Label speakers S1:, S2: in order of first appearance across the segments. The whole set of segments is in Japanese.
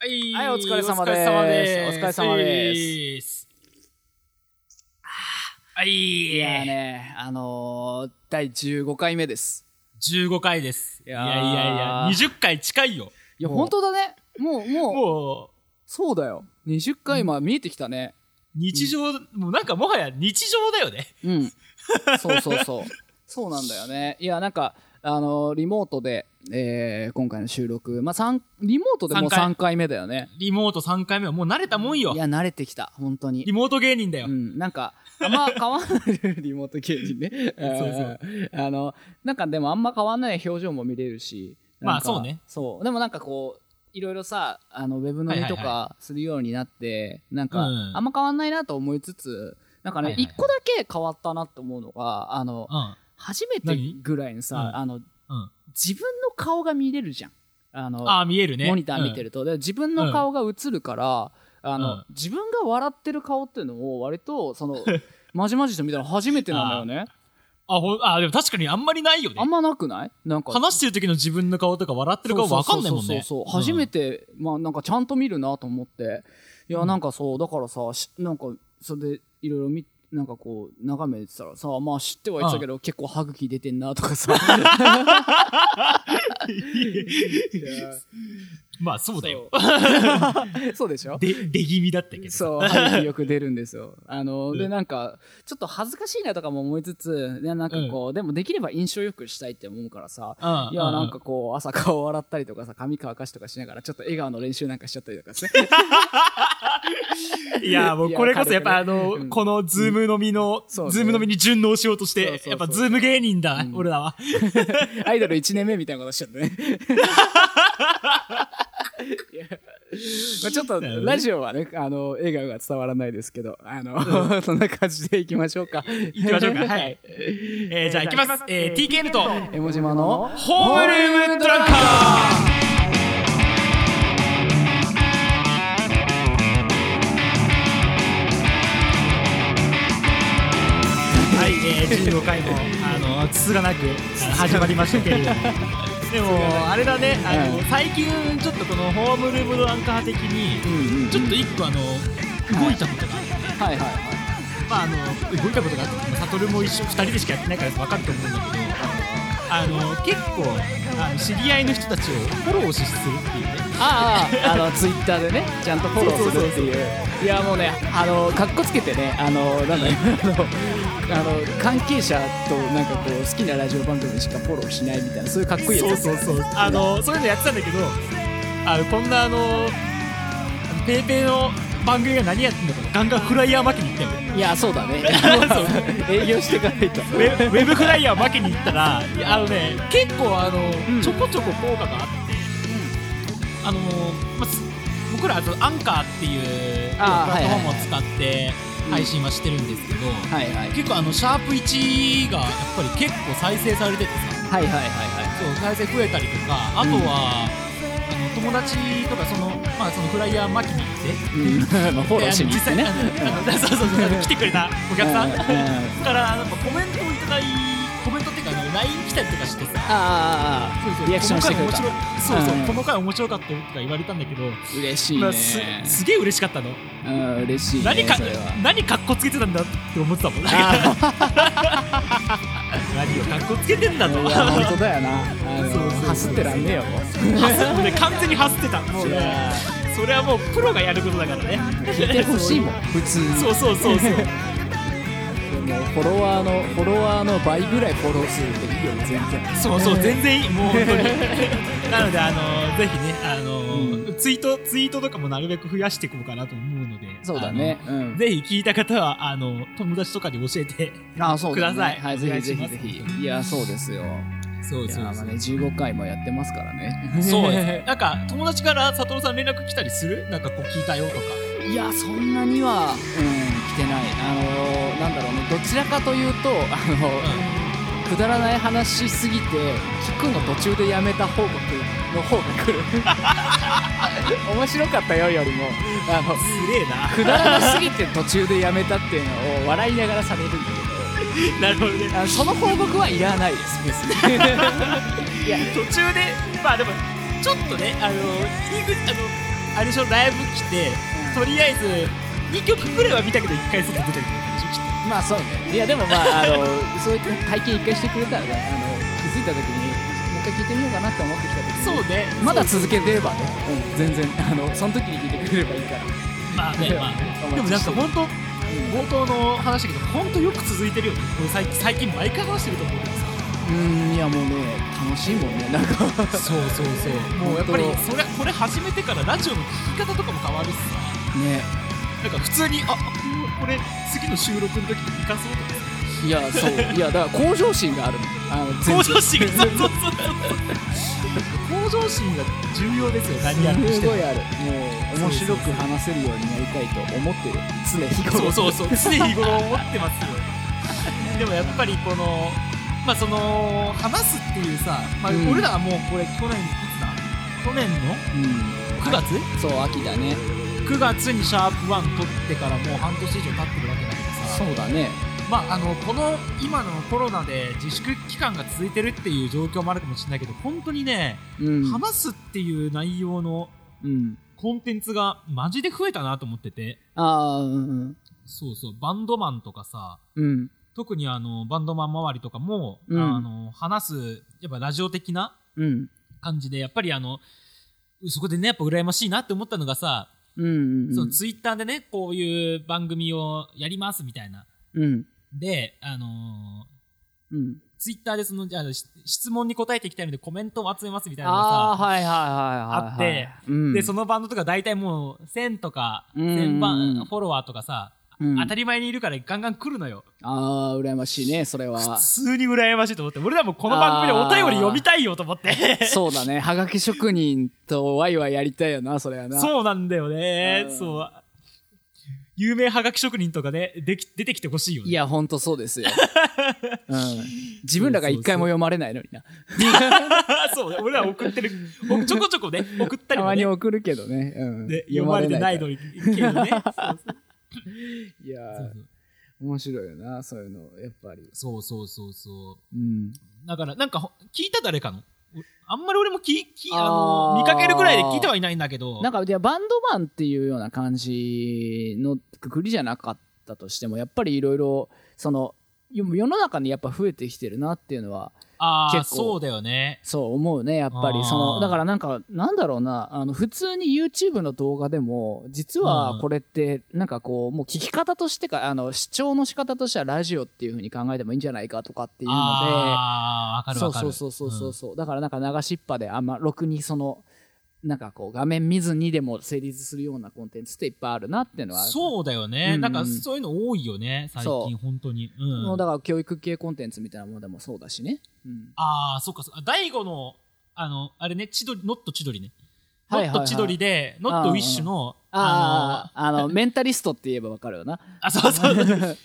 S1: はい、
S2: はいお疲れ様です
S1: お疲れ様です。はい、
S2: いやね、あのー、第15回目です。
S1: 15回です。い
S2: や
S1: やい
S2: ー
S1: やいや、20回近いよ。
S2: いや、
S1: もう
S2: 本当だね。もう、もう、
S1: もう、
S2: そうだよ。20回、まあ見えてきたね。
S1: 日常、もうなんかもはや日常だよね。
S2: うん。そうそう そう。そうなんだよね。いや、なんか、あのーリモートで、えー、今回の収録、まあ、三リモートでもう
S1: 三回
S2: 3回目だよね。
S1: リモート3回目はもう慣れたもんよ
S2: い。や、慣れてきた、本当に
S1: リ。モート芸人だよ。
S2: うん、なんか、あんま変わんない、リモート 芸人ね。そうそう。あの、なんかでもあんま変わんない表情も見れるし。
S1: ま
S2: なんか
S1: あそうね。
S2: そう。でもなんかこう、いろいろさ、あの、ウェブ飲みと
S1: はいはい
S2: かするようになって、なんか、
S1: うん
S2: あんま変わんないなと思いつつ、なんかね、
S1: は
S2: 一、
S1: いはいはい
S2: 個だけ変わったなって思うのが、あの、
S1: うん。
S2: 初めて
S1: 何
S2: ぐらいにさ、
S1: うん
S2: あの、
S1: うん。
S2: 自分の顔が見れるじゃん。あの、
S1: ああ、見えるね。
S2: モニター見て
S1: る。
S2: ると、で自分の顔が映るから、あの
S1: うん
S2: 自分が笑ってる顔っていうのを割 とそのまじまじと見たの初めてなのよね
S1: あ、ほん、あ、でも確かにあんまりないよね
S2: あん。まなくないなんか
S1: 話してる時の自分の顔とか笑ってる顔わかんないもんね。
S2: そうそうそうそう初め
S1: て。
S2: て、まあなんかちゃんと見るなと思っていや
S1: うん
S2: なんかそうだからさしなんかそれでいろいろ見なんかこう眺めてたらさまあ知ってはいたけど、結構歯茎出てんなと かさいや
S1: まあそうだよ。
S2: そう そうでしょ
S1: で、出気味だったけど。
S2: そう、歯茎よく出るんですよ。あの、
S1: うん
S2: で、なんか、ちょっと恥ずかしいなとかも思いつつ、でなんかこう、でもできれば印象よくしたいって思うからさ、
S1: うん。
S2: いや、
S1: う
S2: なんか、こう、朝顔洗ったりとかさ、髪乾かしとかしながら、ちょっと笑顔の練習なんかしちゃったり とかして。
S1: いや、もうい
S2: や
S1: これこそやっぱあ
S2: 軽くね
S1: の、
S2: うん
S1: このズームのみの、ズ
S2: そうね
S1: ームのみに順応しようとし
S2: そうそう
S1: て、
S2: そう
S1: やっぱズーム芸人だ
S2: う、ん
S1: 俺らは。
S2: アイドル1年目みたいなことしちゃってね。 いやまあ、ちょっと
S1: なるほどね
S2: ラジオはね、あの、笑顔が伝わらないですけど、あの、そんな感じでいきましょうか。い
S1: 行きましょうか。は。い。えーじゃあ行きます。えー、TKN と、
S2: 江モ島の
S1: ホームルームドランカーはい、えー、15回も、あの、つつがなく、あの始まりましたけれども。 でも、あれだね、あの、
S2: うん
S1: 最近、ちょっとこのホームルームドランカー的
S2: う
S1: に、
S2: んうん
S1: ちょっと一個、あの、動いたことがある。
S2: はいはいはい。
S1: まあ、あの動いたことがあってサトルも一緒2人でしかやってないから分かると思うんだけどあの結構あの知り合いの人たちをフォローしするっていうね
S2: あああのツイッターでねちゃんとフォローするっていういやもうねあのかっこつけてねあのなんだろうあのあの関係者となんかこう好きなラジオ番組しかフォローしないみたいなそういうかっこいいやつ
S1: そうそうそうあのそういうのやってたんだけどあのこんなあのペイペイの番組が何やってんだからガンガンフライヤー巻きに行ったよ
S2: いやそうだね 営業してか ないと
S1: ウェウェブフライヤー巻きに行ったらいやあのね結構あの、
S2: うん
S1: ちょこちょこ効果があって、あのまあ、す僕らあとアンカーっていうプ
S2: あ
S1: ラ
S2: ー
S1: ットフォームを使って配信はしてるんですけど、
S2: はいはい
S1: 結構あのシャープ1がやっぱり結構再生されててさ
S2: はいはいはいは
S1: そう再生増えたりとかあとは、あの友達とかその,、まあ、そのフライヤー巻きに行って。
S2: い、うんまあ、フォローしに行ってね
S1: であの実際あのあのそうそうそうあの来てくれたお客さん
S2: うんうん
S1: からなんかコメントをいただいコメントっていうかあの LINE 来たりとかしてさ
S2: ああああああリアクションしてくれた
S1: この回面白いそう
S2: うん
S1: そうこの回面白かったよとか言われたんだけど
S2: 嬉しい
S1: まあ
S2: ね
S1: すすげえ嬉しかったの
S2: うん嬉しいね
S1: 何か
S2: それは
S1: 何かっこつけてたんだって思ってたもんね
S2: あ
S1: 何をかっこつけてんだ
S2: あ
S1: と
S2: 本当だよなあ
S1: そうそう
S2: の
S1: そう
S2: 走ってらんねえよもう
S1: もうね完全に走ってたもう
S2: い
S1: ね
S2: や
S1: それはもうプロがやることだからね
S2: 聞いてほしいもん普通に
S1: そうそうそうそう
S2: でもフォロワーのフォロワーの倍ぐらいフォロー数でいいよね全然
S1: そうそう、全然いい、もう 本当に。なので、あのぜひね、あの
S2: う
S1: ツイート、ツイートとかもなるべく増やしていこうかなと思うので。
S2: そうだねうん
S1: あの。ぜひ聞いた方は、あの、友達とかに教えて。
S2: あそうだね
S1: ください
S2: はいぜひぜひぜ
S1: お願いし
S2: ひいやそうですよ
S1: そ
S2: いやまあ ね15回もやってますからね
S1: そうですね。なんか、友達から佐藤さん連絡来たりするなんかこう聞いたよとか。
S2: いやそんなにはうん来てないあのーなんだろうねどちらかというとあのくだらない話しすぎて聞くの途中でやめた報告の方が来る 面白かったよよりもあの
S1: すげえな。
S2: くだらなすぎて途中でやめたっていうのを笑いながらされるんだ け
S1: なるほどね。
S2: どあのその報告はいらないです別に
S1: いや、途中で、まあでも、ちょっとね、あの、入り口、あの、あれでしょライブ来てとりあえず2曲ぐらいは見たけど1回ずつ出てるって感じきっと
S2: まあそうねいやでもまああのそういう体験一回してくれたらねあの気づいた時にもう一回聞いてみようかなって思ってきた時に
S1: そうね
S2: まだ続けてればね、うん、全然あのその時に聞いてくれればいいから
S1: まあね ま あでもなんか本当冒頭の話だけど本当よく続いてるよねもう最近最近毎回話してると思うんですよ
S2: うんいやもうね楽しいもんねなんか
S1: そうそうそうもうやっぱり
S2: 本
S1: そ
S2: 当
S1: れこれ始めてからラジオの聞き方とかも変わるしさ
S2: ね
S1: なんか普通にあこれ次の収録の時に活かそうとか
S2: いやそういやだから向上心があるもんあの全然
S1: 向上心がそうそうそう向上心が重要ですよ 何やるにし
S2: す
S1: ても
S2: ごいあるもう面白く話せるようになりたいと思ってる常日
S1: そ
S2: 頃
S1: うそうそう常日頃思ってますよ でもやっぱりこのまあその話すっていうさ、まあ、
S2: うん
S1: 俺らはもうこれ去年いつだ去年の
S2: う
S1: 9月、
S2: んそう秋だね
S1: 9月にシャープワン撮ってからもう半年以上経ってるわけだけどさ
S2: そうだね
S1: まああのこの今のコロナで自粛期間が続いてるっていう状況もあるかもしれないけど本当にね、
S2: うん
S1: 話すっていう内容の
S2: うん
S1: コンテンツがマジで増えたなと思ってて
S2: ああうん
S1: そうそうバンドマンとかさ
S2: うん
S1: 特にあのバンドマン周りとかも、
S2: うん
S1: あの話すやっぱラジオ的な
S2: うん
S1: 感じでやっぱりあのそこでねやっぱ羨ましいなって思ったのがさ、
S2: うんうん
S1: そのツイッターでねこういう番組をやりますみたいな
S2: うん
S1: であの
S2: うん
S1: ツイッターでそのじゃあし質問に答えていきたいのでコメントを集めますみたいなのが
S2: ああ
S1: さ
S2: はいはいはいはいは
S1: あ
S2: い
S1: って
S2: うん、
S1: でそ
S2: の
S1: のバンドとか大体もう1000とか
S2: うんうんう
S1: 1000
S2: ん
S1: 番フォロワーとかさ、
S2: うん
S1: 当たり前にいるからガンガン来るのよ
S2: ああ羨ましいねそれは
S1: 普通に羨ましいと思って俺らもこの番組でお便り読みたいよと思って
S2: そうだ ねはがき職人とワイワイやりたいよなそれは なう
S1: そうなんだよね
S2: うん
S1: そう有名はがき職人とかねでき出てきてほしいよね
S2: いやほんとそうです よ、うん、自分らが一回も読まれないのにな
S1: そう俺ら送ってるおちょこちょこね送ったり
S2: た
S1: も
S2: ま
S1: ね
S2: に送るけどね、うん、
S1: で読まれてない
S2: 読
S1: のにけどねそうそ う
S2: まれないからいやー
S1: そうそう
S2: 面白いよなそういうのやっぱり
S1: そうそうそうそ
S2: うん
S1: う。だから、なんかほ、聞いた誰かのおあんまり俺もききあ
S2: あ
S1: の
S2: ー
S1: 見かけるぐらいで聞いてはいないんだけど、
S2: なんかいやバンドマンっていうような感じのくくりじゃなかったとしてもやっぱりいろいろその世世の中にやっぱ増えてきてるなっていうのは
S1: ああ、
S2: 結構
S1: そうだよね。
S2: そう思うねやっぱ
S1: あ
S2: り
S1: ー
S2: そのだからなんかなんだろうなあの普通に YouTube の動画でも実
S1: う
S2: は
S1: ん
S2: これってなんかこうもう聞き方としてかあの視聴の仕方としてはラジオっていう風に考えてもいいんじゃないかとかっていうので
S1: ああ、わかる
S2: そ
S1: わ
S2: う
S1: か
S2: そう
S1: る。
S2: そうそうそうそうだからなんか流しっぱであんまろくにそのなんかこう画面見ずにでも成立するようなコンテンツっていっぱいあるなっていう
S1: う
S2: の
S1: ん
S2: はある
S1: そうだよ
S2: うん
S1: ね。
S2: うん
S1: なんかそういうの多いよね、最
S2: そう
S1: 近、本当に。う、
S2: もうんだ
S1: あ
S2: から教育系コンテンツみたいなものでもそうだしね、うん、
S1: あー、そっかそっか。第五の、あの、あれね、千鳥、ノット千鳥ね。ノ
S2: はいはい
S1: ッ
S2: はい
S1: ト千鳥で、ノットウィッシュの、
S2: あ
S1: あ
S2: ああのメンタリストって言えばわかるよな
S1: の、あ、そう そうそう。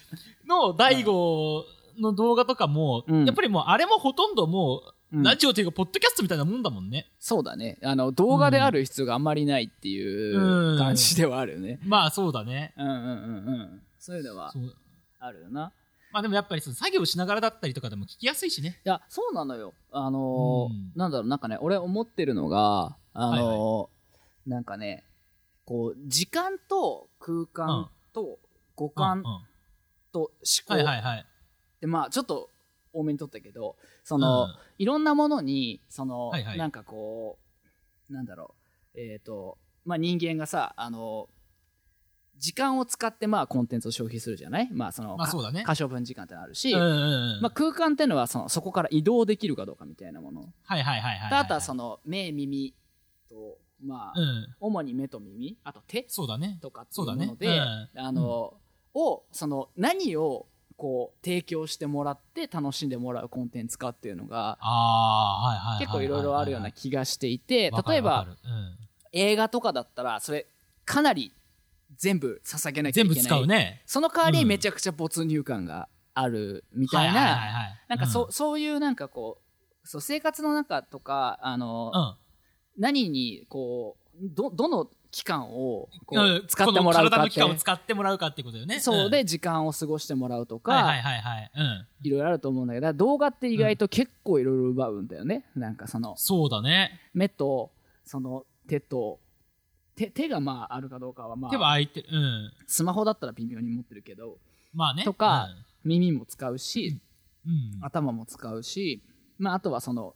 S1: の第五の動画とかも、
S2: うん
S1: やっぱりもう、あれもほとんどもう、
S2: うん
S1: ラジオというか、ポッドキャストみたいなもんだもんね。
S2: そうだねあの動画である必要があんまりないっていう
S1: うん
S2: 感じではあるよね
S1: まあ、そうだね。
S2: うんうんうんうんそういうのは
S1: そう
S2: あるよな
S1: まあ、でもやっぱりその作業しながらだったりとかでも聞きやすいしね。
S2: いやそうなのよあのー
S1: う
S2: なんだろうなんかね俺思ってるのがあのー
S1: はい
S2: なんかねこう時間と空間と五
S1: うん
S2: 感
S1: うん
S2: と思考
S1: はいはいはい。
S2: でまあちょっと多めに取ったけどその、
S1: うん
S2: いろんなものにその、
S1: はいはい
S2: なんかこうなんだろうえっ、とまあ人間がさあの時間を使ってまあコンテンツを消費するじゃないまあその、
S1: まあそうだね
S2: 可処分時間ってのあるし、
S1: うんうんうん
S2: まあ、空間ってのはそのそこから移動できるかどうかみたいなもの、
S1: はいはいはいはい
S2: で
S1: はい。
S2: あとはその目耳とまあ、
S1: うん。
S2: 主に目と耳あと手
S1: そうだね。
S2: とかってい
S1: そううだ
S2: も
S1: ね
S2: ので、
S1: うん
S2: あの、をその何をこう提供してもらって楽しんでもらうコンテンツかっていうのが
S1: ああ、はいはいははは。
S2: 結構いろいろあるような気がしていて
S1: わかる
S2: 例え
S1: わか
S2: ば
S1: るうん
S2: 映画とかだったらそれかなり全部捧げなきゃい
S1: 全
S2: けな
S1: 部
S2: い
S1: 使うね。
S2: その代わり
S1: うん
S2: めちゃくちゃ没入感があるみたい
S1: ははは
S2: な、
S1: いはい
S2: なんかそ,、
S1: う
S2: うそういうなんかこうそう生活の中とかあの、
S1: ん。
S2: 何にこうどどの期間をこ
S1: う
S2: うん使っても
S1: こ
S2: らう
S1: の体
S2: かっ
S1: の
S2: て
S1: 期間を使ってもらうかっていうことだよね。
S2: そうんで、時間を過ごしてもらうとか、
S1: はい
S2: い
S1: はいはいはい。うん。
S2: ろいろあると思うんだけど動画って意外と結構いろいろ奪うんだよね、なんかその
S1: そうだね。
S2: 目とその手と手手がまああるかどうかはま
S1: 手は
S2: あ
S1: 空いてる。うん。
S2: スマホだったら微妙に持ってるけど
S1: まあね。
S2: とか耳も使うし
S1: うん。うん。
S2: 頭も使うし、まあ、あとはその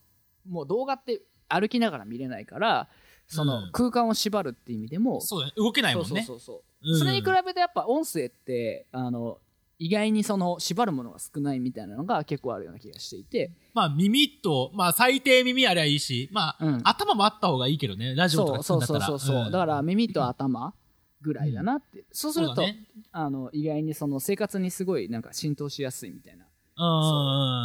S2: もう動画って歩きながら見れないからそ
S1: うん
S2: の空間を縛るっていう意味でも、
S1: そうだね。動けないもんね。
S2: そうそうそうそう、
S1: うん
S2: それに比べてやっぱ音声ってあの意外にその縛るものが少ないみたいなのが結構あるような気がしていて
S1: まあ耳と、まあ最低耳ありゃいいし、まあ、
S2: うん
S1: 頭もあった方がいいけどね、ラジオと
S2: そ
S1: か
S2: うそう
S1: 聞くん
S2: そう
S1: ったら
S2: そう
S1: ん
S2: そう、だから耳と頭ぐらいだなって、そうする
S1: そう
S2: と、
S1: だね
S2: あの意外にその生活にすごいなんか浸透しやすいみたいな
S1: う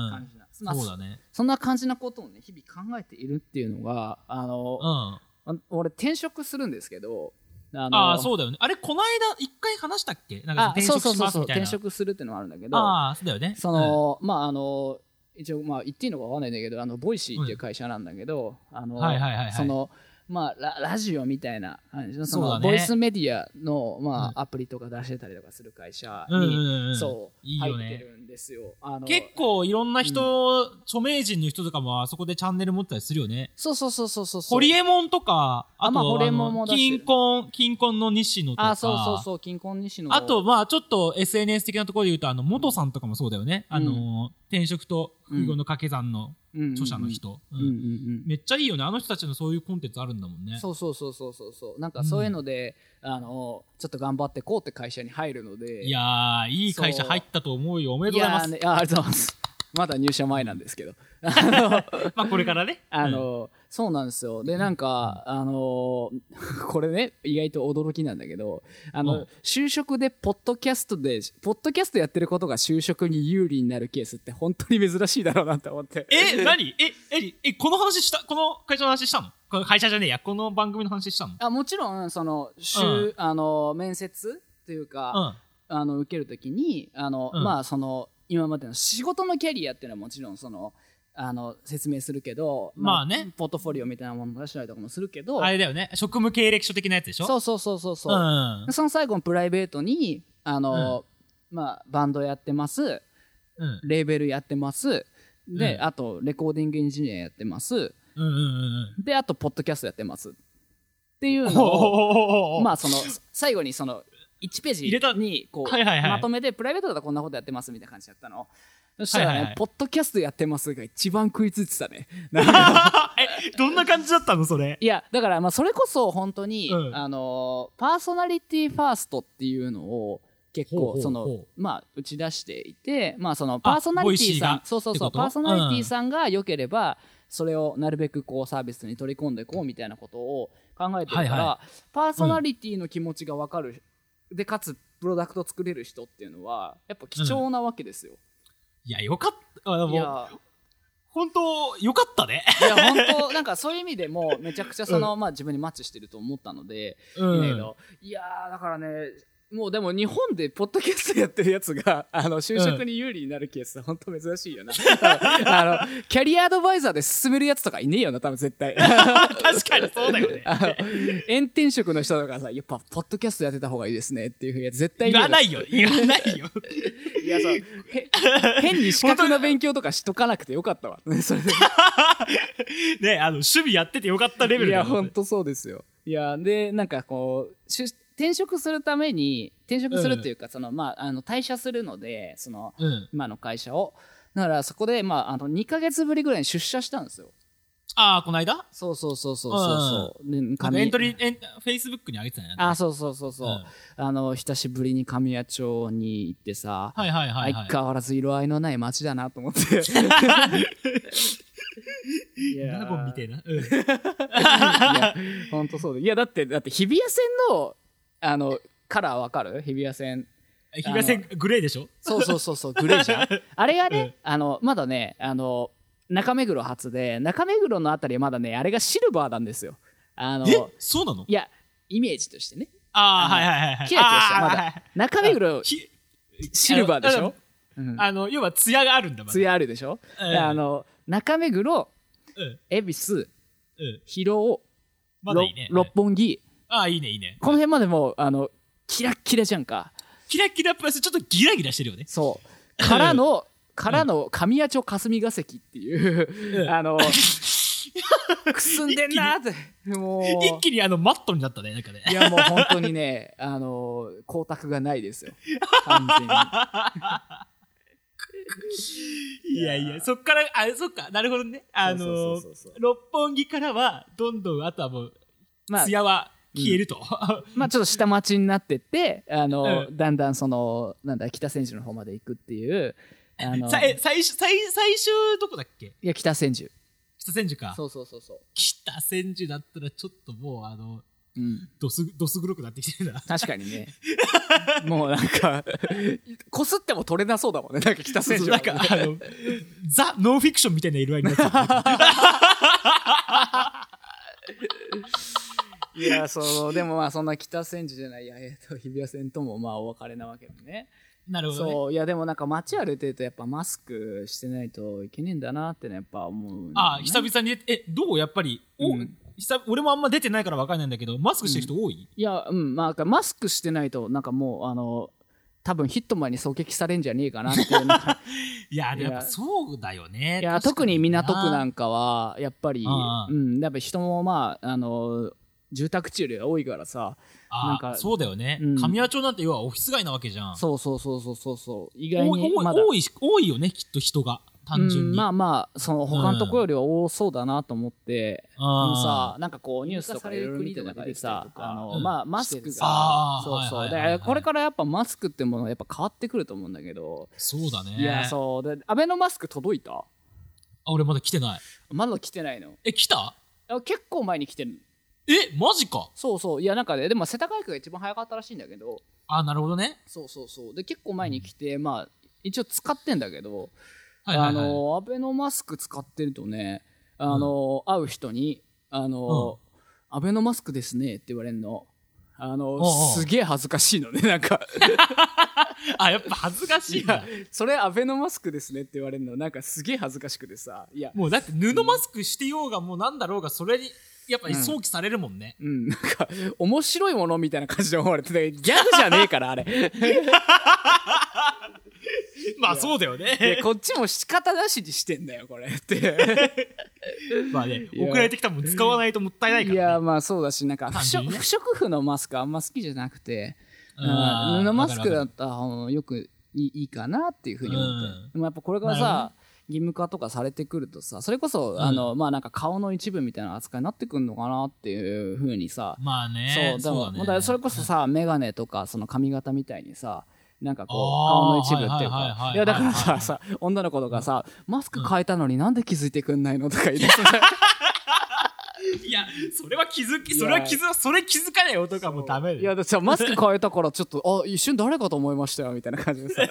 S1: ん
S2: 感じな、
S1: うん
S2: ま
S1: うん。
S2: あ
S1: そうだね。
S2: そんな感じなことをね日々考えているっていうのがあの
S1: う、ん。
S2: あ俺転職するんですけどあの
S1: ああ、そうだよね。あれ、この間、一回話したっけなんか
S2: あ
S1: 転
S2: そう
S1: 職
S2: そう
S1: し
S2: そう
S1: ます
S2: そう
S1: みたい
S2: 転
S1: な。
S2: 職するっていうのもあるんだけど
S1: ああ、そうだよね。
S2: その、まああの一応まあ言っていいのかわかんないんだけどあのボイシーっていう会社なんだけど、あの
S1: はいはいはいはい
S2: そのまあララジオみたいな感じのそ
S1: そうだ
S2: の
S1: ね
S2: ボイスメディアのま
S1: うん
S2: あアプリとか出してたりとかする会社
S1: うん、うん
S2: に、
S1: うんうん。
S2: そう
S1: いいよね
S2: 入ってるんですよ。あの
S1: 結構いろんな人、著名人の人とかもあそこでチャンネル持ってたりするよね。
S2: そうそうそうそうそうそう
S1: ホリエモンとか、あ
S2: あ
S1: と、
S2: まあホリエ
S1: あ
S2: モン
S1: の
S2: も出し
S1: 金
S2: てる
S1: 婚、金婚の西野とか。
S2: あそうそうそう金婚西の
S1: あと、まあ、ちょっと SNS 的なところで言うと、あの、元さんとかもそうだよね。あの、転職と副業の掛け算の著者の、人。
S2: うんうん
S1: う
S2: うんうんんうん
S1: めっちゃいいよね。あの人たちのそういうコンテンツあるんだもん
S2: う
S1: ね
S2: ん、。そうそうそうそうそうそうなんかそういうので、あのちょっと頑張ってこうって会社に入るので
S1: いやー、いい会社入ったと思うよ。おめでとうございます。
S2: やーねあありがとうございます。まだ入社前なんですけ ど。あの、
S1: まあ、これから ね。
S2: あのそうなんですよ。で、なんか、あの、これね、意外と驚きなんだけど、あ
S1: うん
S2: の、就職で、ポッドキャストで、ポッドキャストやってることが就職に有利になるケースって本当に珍しいだろうなって思って。
S1: え、何え、え、え、この話した、この会社の話したのこの会社じゃねえや、この番組の話したの
S2: あもちろん、その、就
S1: うん
S2: あの、面接というか、
S1: うん。
S2: あの受けるときにあの、
S1: うん
S2: まあその今までの仕事のキャリアっていうのはもちろんそのあの説明するけど、
S1: まあね
S2: ポートフォリオみたいなもの出したりとかもするけど
S1: あれだよね。職務経歴書的なやつでしょ
S2: そううそうそうそう
S1: う
S2: そ
S1: ん。
S2: う、その最後のプライベートにあの、まあ、バンドやってます
S1: うん。
S2: レーベルやってますで、
S1: うん
S2: あとレコーディングエンジニアやってます
S1: うんうんうん
S2: であとポッドキャストやってますってい
S1: う
S2: う
S1: ん。お
S2: の
S1: お
S2: を
S1: おおお
S2: まあその最後にその1ページ
S1: 入れた
S2: にこう
S1: はいはいはい
S2: まとめてプライベートだとこんなことやってますみたいな感じだったの。そしたらね、
S1: はいはいはい
S2: ポッドキャストやってますが一番食いついて たね。なんか
S1: え、どんな感じだったのそれ。
S2: いや、だからまあそれこそ本当に、
S1: うん
S2: あのーパーソナリティファーストっていうのを結
S1: ほうほ
S2: 構
S1: う
S2: その
S1: ほ
S2: まあ打ち出していて、まあそのパーソナリティ
S1: ボイシー
S2: さ
S1: が
S2: ん、そうそうそ
S1: ってこ
S2: う、
S1: と
S2: パーソナリティさんが良ければ、それをなるべくこうサービスに取り込んでいこうみたいなことを考えてるから、
S1: はいは
S2: パーソナリティの気持ちがわかる、でかつプロダクト作れる人っていうのはやっぱ貴重なわけですよ。
S1: いや、よかった。あで
S2: い
S1: も、
S2: や
S1: 本当よかったね。
S2: いや本当なんかそういう意味でもめちゃくちゃその、まあ自分にマッチしてると思ったので。
S1: う
S2: いないけどいやーだからねもうでも日本でポッドキャストやってるやつが あの就職に有利になるケース、本当珍しいよな あのキャリアアドバイザーで進めるやつとかいねえよな多分 絶 対
S1: 確かにそうだよ ね。
S2: あの炎天職の人とかさやっぱポッドキャストやってた方がいいですねっていうふうに絶対
S1: 言わないいよ。言わないよ。
S2: いやそうへ変に資格の勉強とかしとかなくてよかったわそれで
S1: ね、あの、守備やっててよかったレベル
S2: い
S1: だよ
S2: や、ほんとそうですよ。いや、で、なんかこう、しゅ転職するために、転職するというか、その、まあ、あの、退社するので、その、
S1: うん。
S2: 今の会社を。だから、そこで、まあ、あの、2ヶ月ぶりぐらいに出社したんですよ。
S1: ああ、この間
S2: そうそうそうそうそう。うで
S1: エントリー、エン、Facebook に上げてたんやね。
S2: あ、そうそうそうそう。
S1: うん
S2: あの、久しぶりに神谷町に行ってさ、
S1: はいはいはいはい
S2: 相。変わらず色合いのない街だなと思 って。いやー
S1: ナゴンみたいな。うん。
S2: い や、本当そうで。いや、だって、だって日比谷線の、あの、カラーわかる日比谷線。
S1: 東線グレーでしょ
S2: そうそうそうそう、グレーじゃん。 あれがね、あの、まだね、あの、中目黒初で、中目黒のあたりはまだね、あれがシルバーなんですよ。あの、
S1: え
S2: い
S1: そうなの
S2: や、イメージとしてね。
S1: ああ、はいはいはいはい。
S2: キラキラしてる
S1: あー
S2: ま
S1: はいはい
S2: だ。中目黒、
S1: ひ
S2: シルバーでしょうん
S1: あの、要は、ツヤがあるんだ、まだ。
S2: 艶あるでしょ、
S1: うん
S2: であの、中目黒、
S1: うん。
S2: 恵比寿、
S1: うん。
S2: 広尾、
S1: まだいいね。
S2: ろ六本木、
S1: ああ、いいね、いいね。
S2: この辺までもう、あの、キラッキラじゃんか。
S1: キラキラプラス、ちょっとギラギラしてるよね。
S2: そう。からの、からの神谷町霞が関っていう、あの、くすんでんなーって。もう。
S1: 一気にあの、マットになったね、なんかね。
S2: いやもう本当にね、あのー光沢がないですよ。完全に。
S1: いやいや、そっから、あ、そっか、なるほどね。 あの
S2: そうそうそうそう、
S1: 六本木からは、どんどん、あとはもう、
S2: まあ、
S1: 艶は消えると。
S2: まあちょっと下町になってって、あのー、
S1: う
S2: だんだんその、なんだ、北千住の方まで行くっていう、あ のー、
S1: さえ最初、最、最初、どこだっけ
S2: いや、北千住。
S1: 北千住か。
S2: そうそうそうそ
S1: 北千住だったら、ちょっともう、あの、
S2: う。うん。
S1: どす、どす黒くなってきてるな。
S2: 確かに ね。もうなんか、こすっても取れなそうだもんね。なんか北千住
S1: な
S2: は
S1: ん
S2: ね、
S1: か、あの、ザ・ノンフィクションみたいな色合いになっ ちゃった。
S2: いや、そう、でもまあそんな北千住じゃない、いや えっと、日比谷線ともまあお別れなわけでね。
S1: なるほどね。
S2: そういやでもなんか街歩いてるとやっぱマスクしてないといけねえんだなってねやっぱ思う、ね、
S1: ああ、久々に、え、どうやっぱり、お、
S2: うん
S1: 久々俺もあんま出てないからわかんないんだけど、マスクしてる人多い、
S2: いやうんまあなんかマスクしてないとなんかもうあの多分ヒットマンに狙撃されんじゃねえかなっていう なんか
S1: いや、
S2: い
S1: で
S2: や
S1: もやっぱそうだよね。
S2: いや
S1: 確か
S2: 特に港区な
S1: なん
S2: かはやっぱり
S1: ああ
S2: うんやっぱ人もまああの住宅地より多いからさ
S1: あー
S2: なんか
S1: そうだよね。
S2: うん
S1: 神谷町なんて要はオフィス街なわけじゃん。
S2: そうそうそうそうそうそう意外
S1: 多い
S2: にまだ
S1: 多いし多いよね、きっと人が。単純に。
S2: うんまあまあその他のとこよりは多そうだなと思って、あの
S1: あ
S2: さなんかこうニュースとかいろいろ見てる中でさあの、
S1: うん
S2: まあマスク
S1: あ
S2: が
S1: ー
S2: そう
S1: は
S2: そ
S1: いうはいはいはい
S2: でこれからやっぱマスクってものはやっぱ変わってくると思うんだけど、
S1: ーそうだね。
S2: いや
S1: あ
S2: そうでアベノマスク届いた
S1: 俺まだ来てない。
S2: まだ来てないの
S1: え、来た
S2: あ結構前に来てる
S1: え、マジか。
S2: そうそういやなんかねでも世田谷区が一番早かったらしいんだけど
S1: あ、なるほどね。
S2: そうそうそうで結構前に来て、まあ一応使ってんだけど、
S1: はいはい、はい。
S2: あのアベノマスク使ってるとねあの、会う人にあの、アベノマスクですね」って言われるのあの
S1: うおう
S2: すげえ恥ずかしいのねなんか
S1: あ、やっぱ恥ずかしいな。
S2: それアベノマスクですねって言われるのなんかすげえ恥ずかしくてさいや
S1: もうだって布マスクしてようがもうなんだろうが、それに、やっぱり
S2: うん
S1: 想起されるもんね。
S2: うん、なんか面白いものみたいな感じで思われててギャグじゃねえからあれ
S1: まあそうだよね。
S2: い やこっちも仕方なしにしてんだよこれって
S1: まあね、
S2: い や
S1: 送られてきたもん使わないともったいないから、
S2: い
S1: ね。
S2: やまあそうだしなんか不
S1: 単純に
S2: 織
S1: ね
S2: 不織布のマスクあんま好きじゃなくて
S1: あ
S2: うん
S1: ー
S2: 布マスクだ
S1: わかるわかる
S2: ったらうんよくいいいいかなっていうふうに思って、
S1: うん
S2: でもやっぱこれから
S1: なるほど
S2: さ義務化とかされてくるとさそれこそ、あのまあなんか顔の一部みたいな扱いになってくるのかなっていうふうにさ、
S1: まあね。
S2: そうでも
S1: だね
S2: だからそれこそさ眼鏡とかその髪型みたいにさなんかこう顔の
S1: あー
S2: 一部っていう
S1: はいはいはい
S2: か
S1: はい
S2: いやだから
S1: はいはいは
S2: さ
S1: い
S2: さ女の子とかさマスク変えたのになんで気づいてくんないのとか言い出す
S1: いや、それは気づき、それは気づか、それ気づかない男はもうダメ
S2: いや
S1: だよ。
S2: だってさマスク変えたからちょっとあ一瞬誰かと思いましたよみたいな感じでさ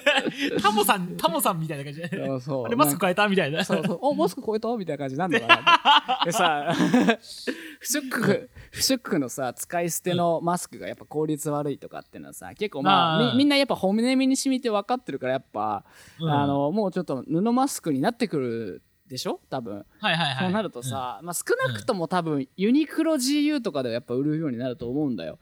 S1: タモさん、タモさんみたいな感じで。
S2: そうそう
S1: あれ、マスク変えたみたいな。
S2: そう そう、お、マスク超えたみたいな感じなんだから。でさ、 不織布、不織布のさ、使い捨てのマスクがやっぱ効率悪いとかってのはさ、結構まあ、
S1: あー
S2: みみんなやっぱ骨身に染みて分かってるから、やっぱ、
S1: うん
S2: あの、もうちょっと布マスクになってくるでしょ多分。
S1: はいはいはい。
S2: そうなるとさ、まあ少なくとも多分、ユニクロ GU とかではやっぱ売るようになると思うんだよ。
S1: うん。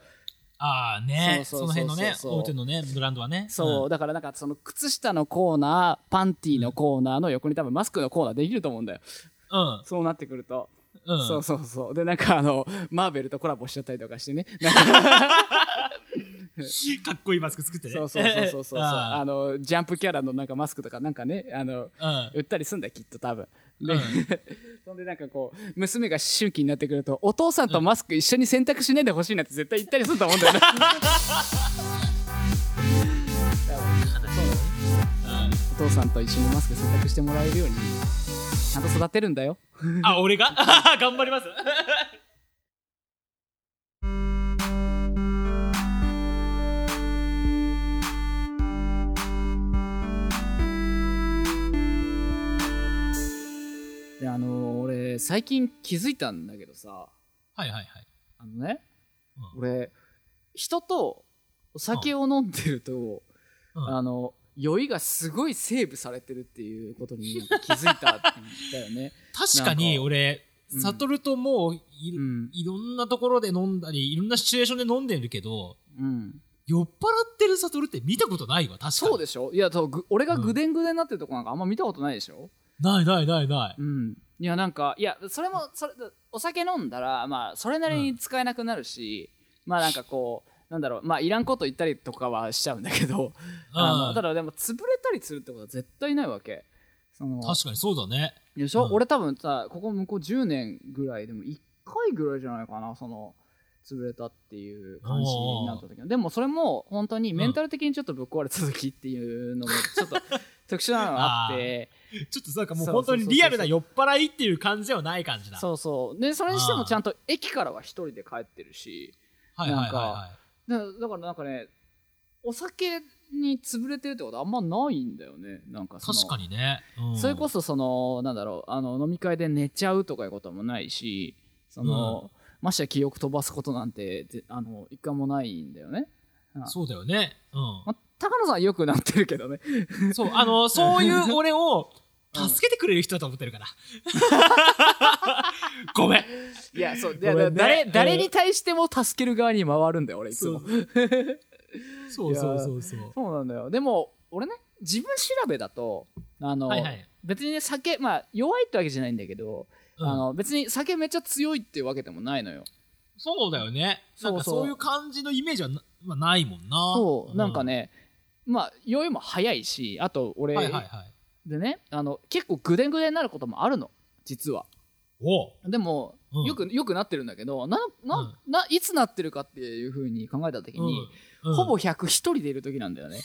S1: ああね、
S2: そ
S1: そう
S2: そ
S1: の
S2: うそうそ
S1: 辺
S2: う
S1: のね、大手のね、ブランドはね。
S2: そう、
S1: ん。
S2: だからなんかその靴下のコーナー、パンティーのコーナーの横に多分マスクのコーナーできると思うんだよ。
S1: うん。
S2: そうなってくると。
S1: うん。
S2: そうそうそう。で、なんかあの、マーベルとコラボしちゃったりと かしてね。なんか
S1: かっこいいマスク作ってね。
S2: そうそうそうそうそう。あ
S1: あ
S2: の、ジャンプキャラのなんかマスクとかなんかね、あの、
S1: あ
S2: 売ったりすんだよきっと多分。
S1: うん。うん。
S2: そんでなんかこう、娘が思春期になってくると、お父さんとマスク一緒に洗濯しないでほしいなって絶対言ったりすると思うんだよね。 お父さんと一緒にマスク洗濯してもらえるように、ちゃんと育てるんだよ。
S1: あ、俺 が 頑張ります。
S2: で、あの、俺、最近気づいたんだけどさ、
S1: はいはいはい。
S2: あのね、
S1: う
S2: 俺、人とお酒を飲んでると、
S1: うん
S2: あの、酔いがすごいセーブされてるっていうことになんか気づいたんだよ ね。
S1: 確か
S2: なん
S1: に
S2: か
S1: 俺、
S2: うん
S1: 悟るともうい、
S2: うん。
S1: いろんなところで飲んだり、いろんなシチュエーションで飲んでるけど、
S2: うん。
S1: 酔っ払ってる悟るって見たことないわ、確かに。
S2: そうでしょいや、そうぐ俺がぐでんぐでんになってるとこなんかあんま見たことないでしょ
S1: ないないないない。
S2: うん。いやなんかいやそれもそれお酒飲んだらまあそれなりに使えなくなるし、まあなんかこうなんだろうまあいらんこと言ったりとかはしちゃうんだけど、あのただでも潰れたりするってことは絶対ないわけその
S1: 確かにそうだね。
S2: でしょ、
S1: うん
S2: 俺多分さここ向こう10年ぐらいでも1回ぐらいじゃないかなその潰れたっていう感じになった時のでもそれも本当にメンタル的にちょっとぶっ壊れた時っていうのもちょっと特殊なのがあって
S1: ちょっとなんか
S2: も
S1: も
S2: う
S1: う
S2: 本
S1: 本
S2: 当
S1: 当
S2: に
S1: に
S2: リ
S1: リ
S2: ア
S1: ア
S2: ル
S1: ル
S2: な
S1: な酔っ払いっていう感じではない感じだ。
S2: そうそうでそれにしてもちゃんと駅からは一人で帰ってるし
S1: はいはいはい
S2: な
S1: は
S2: だだからなんかねお酒に潰れてるってことあんまないんだよねなんか
S1: い。
S2: その
S1: 確かにね。
S2: それこ
S1: そ、
S2: そそのなんだろうあの飲み会で寝ちゃうとかいうこともないしその、ましてや記憶飛ばすことなんてぜあの一回もないんだよね、
S1: そうだよね。う
S2: まあ、高野さんはよくなってるけどね
S1: ん。そう、あの、そういう俺を助けてくれる人だと思ってるから。ごめん。
S2: いやそう
S1: ごめんね
S2: 誰
S1: うん
S2: 誰に対しても助ける側に回るんだよ俺いつ
S1: そ
S2: も
S1: う。そうそうそうそう。
S2: そうなんだよでも俺ね自分調べだとあの、
S1: はいはい
S2: 別にね酒まあ弱いってわけじゃないんだけど、
S1: うん
S2: あの別に酒めっちゃ強いっていうわけでもないのよ
S1: そうだよね。なんか
S2: そうそう
S1: そういう感じのイメージはなまあないもんな。
S2: そう
S1: う
S2: なんか。ね、まあ酔いも早いしあと俺、
S1: はいはいはい。
S2: でねあの結構ぐでんぐでんになることもあるの実は
S1: おう
S2: でも、
S1: うん
S2: よくよくなってるんだけどなな、ないつなってるかっていうふうに考えた時に、
S1: うんうん
S2: ほぼ100一人でいる時なんだよ ね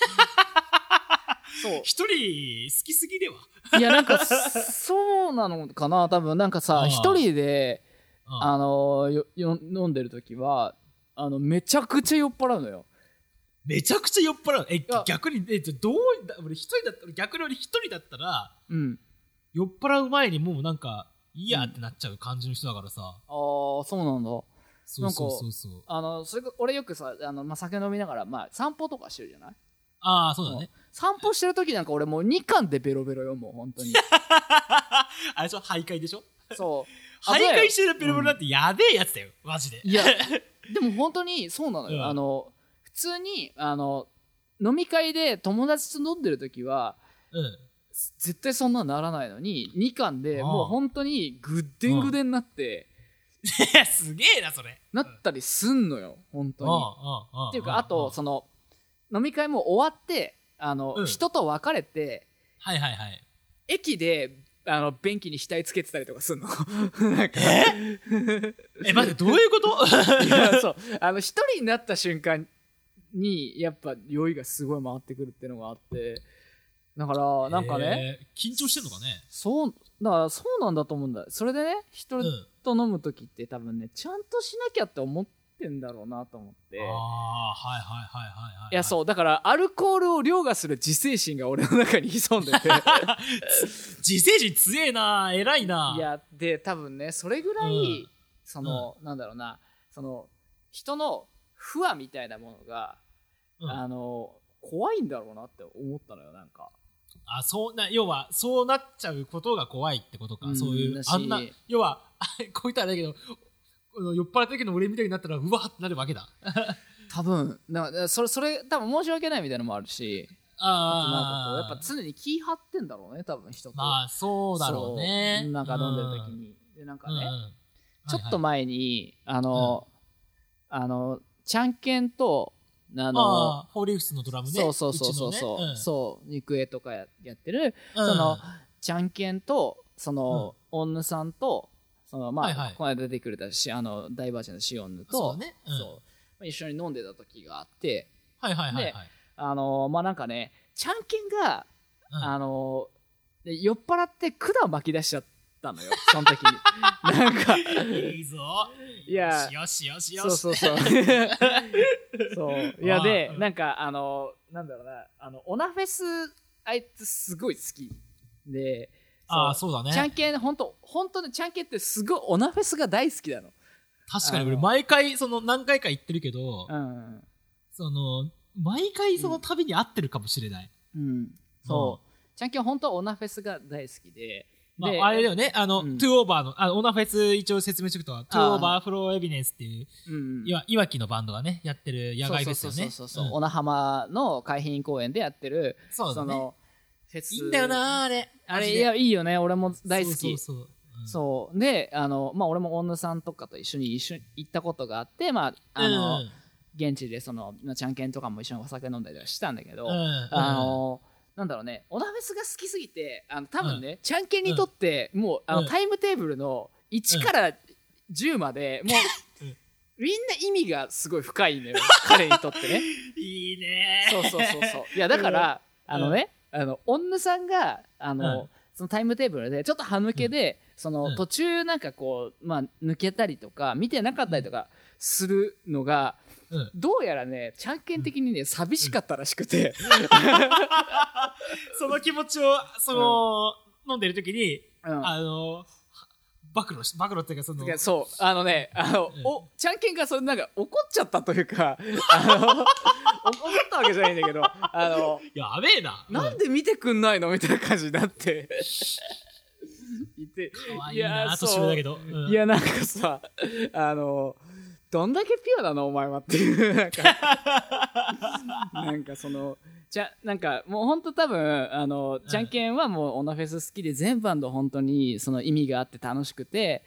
S2: そう
S1: 一人好きすぎでは。
S2: いやなんかそうなのかな多分なんかさ
S1: うん
S2: 一人で、
S1: うん
S2: あのよよ飲んでる時はあのめちゃくちゃ酔っ払うのよ
S1: めちゃくちゃ酔っ払う。え
S2: や、
S1: 逆に、え、じゃあどう、だ俺一人だったら、逆に俺一人だったら、
S2: うん
S1: 酔っ払う前にもうなんか、いいやってなっちゃう感じの人だからさ。
S2: ああそうなんだ
S1: そうそうそうそう。
S2: あのそれこ俺よくさあの、まあ、酒飲みながら、まあ、散歩とかしてるじゃない
S1: ああ、そうだね。
S2: 散歩してる時なんか俺もう2巻でベロベロよもう本当に
S1: あれでしょ徘徊でしょ
S2: そ危
S1: 徘
S2: ない
S1: 徊してるペロペロなんてやべえやつだよ。マジで
S2: う。いやでも本当にそうなのよ、
S1: うん
S2: あの普通にあの飲み会で友達と飲んでる時は
S1: うん。
S2: 絶対そんなのならないのに2巻で
S1: ああ
S2: もう本当にグッデングデンになって、
S1: いや すげえな、それ。
S2: なったりすんのよ本当
S1: う
S2: に、
S1: んうんん
S2: っていうかあとその飲み会も終わってあの、
S1: うん
S2: 人と別れて
S1: はいはいはい。
S2: 駅であの便器に額つけてたりとかするの なんか
S1: え、待って、どういうこと
S2: いやそうあの一人になった瞬間にやっぱ酔いがすごい回ってくるっていうのがあってだから なんかね、
S1: えー。緊張してんのかね
S2: そうだからそうなんだと思うんだそれでね人
S1: うん。
S2: と飲む時って多分ねちゃんとしなきゃって思ってんだろうなと思って
S1: ああ、はいはいはいはいはい。
S2: いや
S1: う。
S2: そうだからアルコールを凌駕する自制心が俺の中に潜んで て
S1: 自制心強えな、偉いな。
S2: いやで多分ねそれぐらい、
S1: うん
S2: その、なんだろうなその人の不和みたいなものが、
S1: うん
S2: あの怖いんだろうなって思ったのよなんか
S1: あそうな要はそうなっちゃうことが怖いってことか、
S2: うん
S1: そういう
S2: だし
S1: あんな要は こう言ったらあれだけどこの酔っ払った時の俺みたいになったらうわってなるわけだ
S2: 多分なそれそれ多分申し訳ないみたいなのもあるしあとなんかこうやっぱ常に気張ってんだろうね多分人と、
S1: まあそうだろうね
S2: そうなんか飲んでる時に、でなんかね、ちょっと
S1: ま
S2: 前にあの、あのちゃんけんとあ
S1: あ
S2: の
S1: あホーリーフスのドラムね
S2: そうそうそうそうそう、
S1: ちのね
S2: そう肉絵とかややってる、
S1: うん
S2: そのじゃんけんとその、オンヌさんとそのまあ、
S1: はいはい
S2: この間出てくれたしあのダイバージェンのシオンヌと
S1: そうだねうん
S2: そうまあ一緒に飲んでた時があって
S1: はいはいはいはい
S2: あのまあなんかねちゃんけんが、
S1: うん
S2: あので酔っ払って管巻き出しちゃっ たのよその時になんか
S1: いいぞ
S2: いや
S1: しよしよしよ
S2: そう
S1: し
S2: そうそう。 そう。いや、
S1: あー
S2: で
S1: う、ん
S2: なんか、あの、なんだろうな、あの、オナフェス、あいつすごい好きで、
S1: ああそうだね
S2: ちゃんけん、本当本当ね、ちゃんけんってすごいオナフェスが大好きなの。
S1: 確かに俺毎回その何回か言ってるけど、
S2: うん。
S1: その毎回その度に合ってるかもしれない、
S2: うん。そう。ちゃんけん、本当オナフェスが大好きで、
S1: ま
S2: で
S1: あ、あれだよね、あの、
S2: うん
S1: トゥーオーバーの、あオーナーフェス一応説明しておくと、トゥーオーバーフローエビデンスっていう、
S2: うん。
S1: いわいわきのバンドがね、やってる野外フェスよね。
S2: そうそうそうそう、
S1: うん
S2: 小名浜の海浜公園でやってる、
S1: そうだね。
S2: フェス。
S1: いいんだよなあれ。
S2: あ
S1: マジ
S2: れ、
S1: で
S2: いや、いいよね。俺も大好
S1: そ
S2: き。
S1: うそうそううん
S2: そうであの、まあ、俺も女さんとかと一緒に一緒に行ったことがあって、まああの
S1: うん
S2: 現地でそのまあちゃんけんとかも一緒にお酒飲んだりはしたんだけど、
S1: うん
S2: あのなんだろうねオダフェスが好きすぎてあの多分ね、ちゃんけんにとって、もうあの、
S1: うん
S2: タイムテーブルの1から10までもう、
S1: うん
S2: みんな意味がすごい深いのよ彼にとって ね。
S1: いいね
S2: そうそうそうそういやだから、
S1: うん
S2: あのねあの女さんがあの、
S1: うん
S2: そのタイムテーブルでちょっと歯抜けで、その、
S1: うん
S2: 途中なんかこう、まあ、抜けたりとか見てなかったりとかするのが、
S1: うん
S2: どうやらねちゃんけん的にね寂しかったらしくて、
S1: その気持ちをその、飲んでる時に、
S2: うん
S1: あの暴露し暴露っていうかその
S2: いやそうあのねあの、
S1: うん
S2: おちゃんけんがそれなんか怒っちゃったというかあの 怒ったわけじゃないんだけどあの
S1: やべえなな
S2: なんで見てくんないのみたいな感じにな って。いて
S1: いい
S2: い
S1: な
S2: やそう
S1: 年上だけど、うん
S2: いやなんかさあのどんだけピュアなのお前はっていうなん かなんかそのじゃなんかもうほんと多分あのじゃんけんはもうオナフェス好きで全バンド本当にその意味があって楽しくて、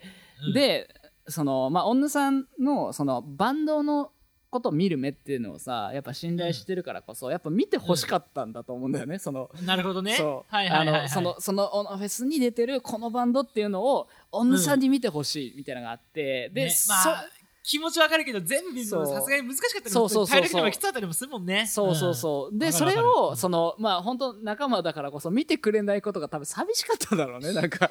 S1: うん
S2: でそのまあ女さんのそのバンドのことを見る目っていうのをさやっぱ信頼してるからこそ、やっぱ見てほしかったんだと思うんだよね、その
S1: なるほどね
S2: そう、
S1: はいはいはい、はい、
S2: あのそのそのオンフェスに出てるこのバンドっていうのを女さんに見てほしいみたいなのがあって、で、
S1: ねまあ気持ちわかるけど全部見るの
S2: そう
S1: さすがに難しかったり
S2: そうそうそうそう
S1: 体力でもきつかったりもするもんね
S2: そそうそうそう、で
S1: わか
S2: そ
S1: るわかる
S2: れ
S1: う
S2: を
S1: ん
S2: そのまあ本当仲間だからこそ見てくれないことが多分寂しかっただろうねな んか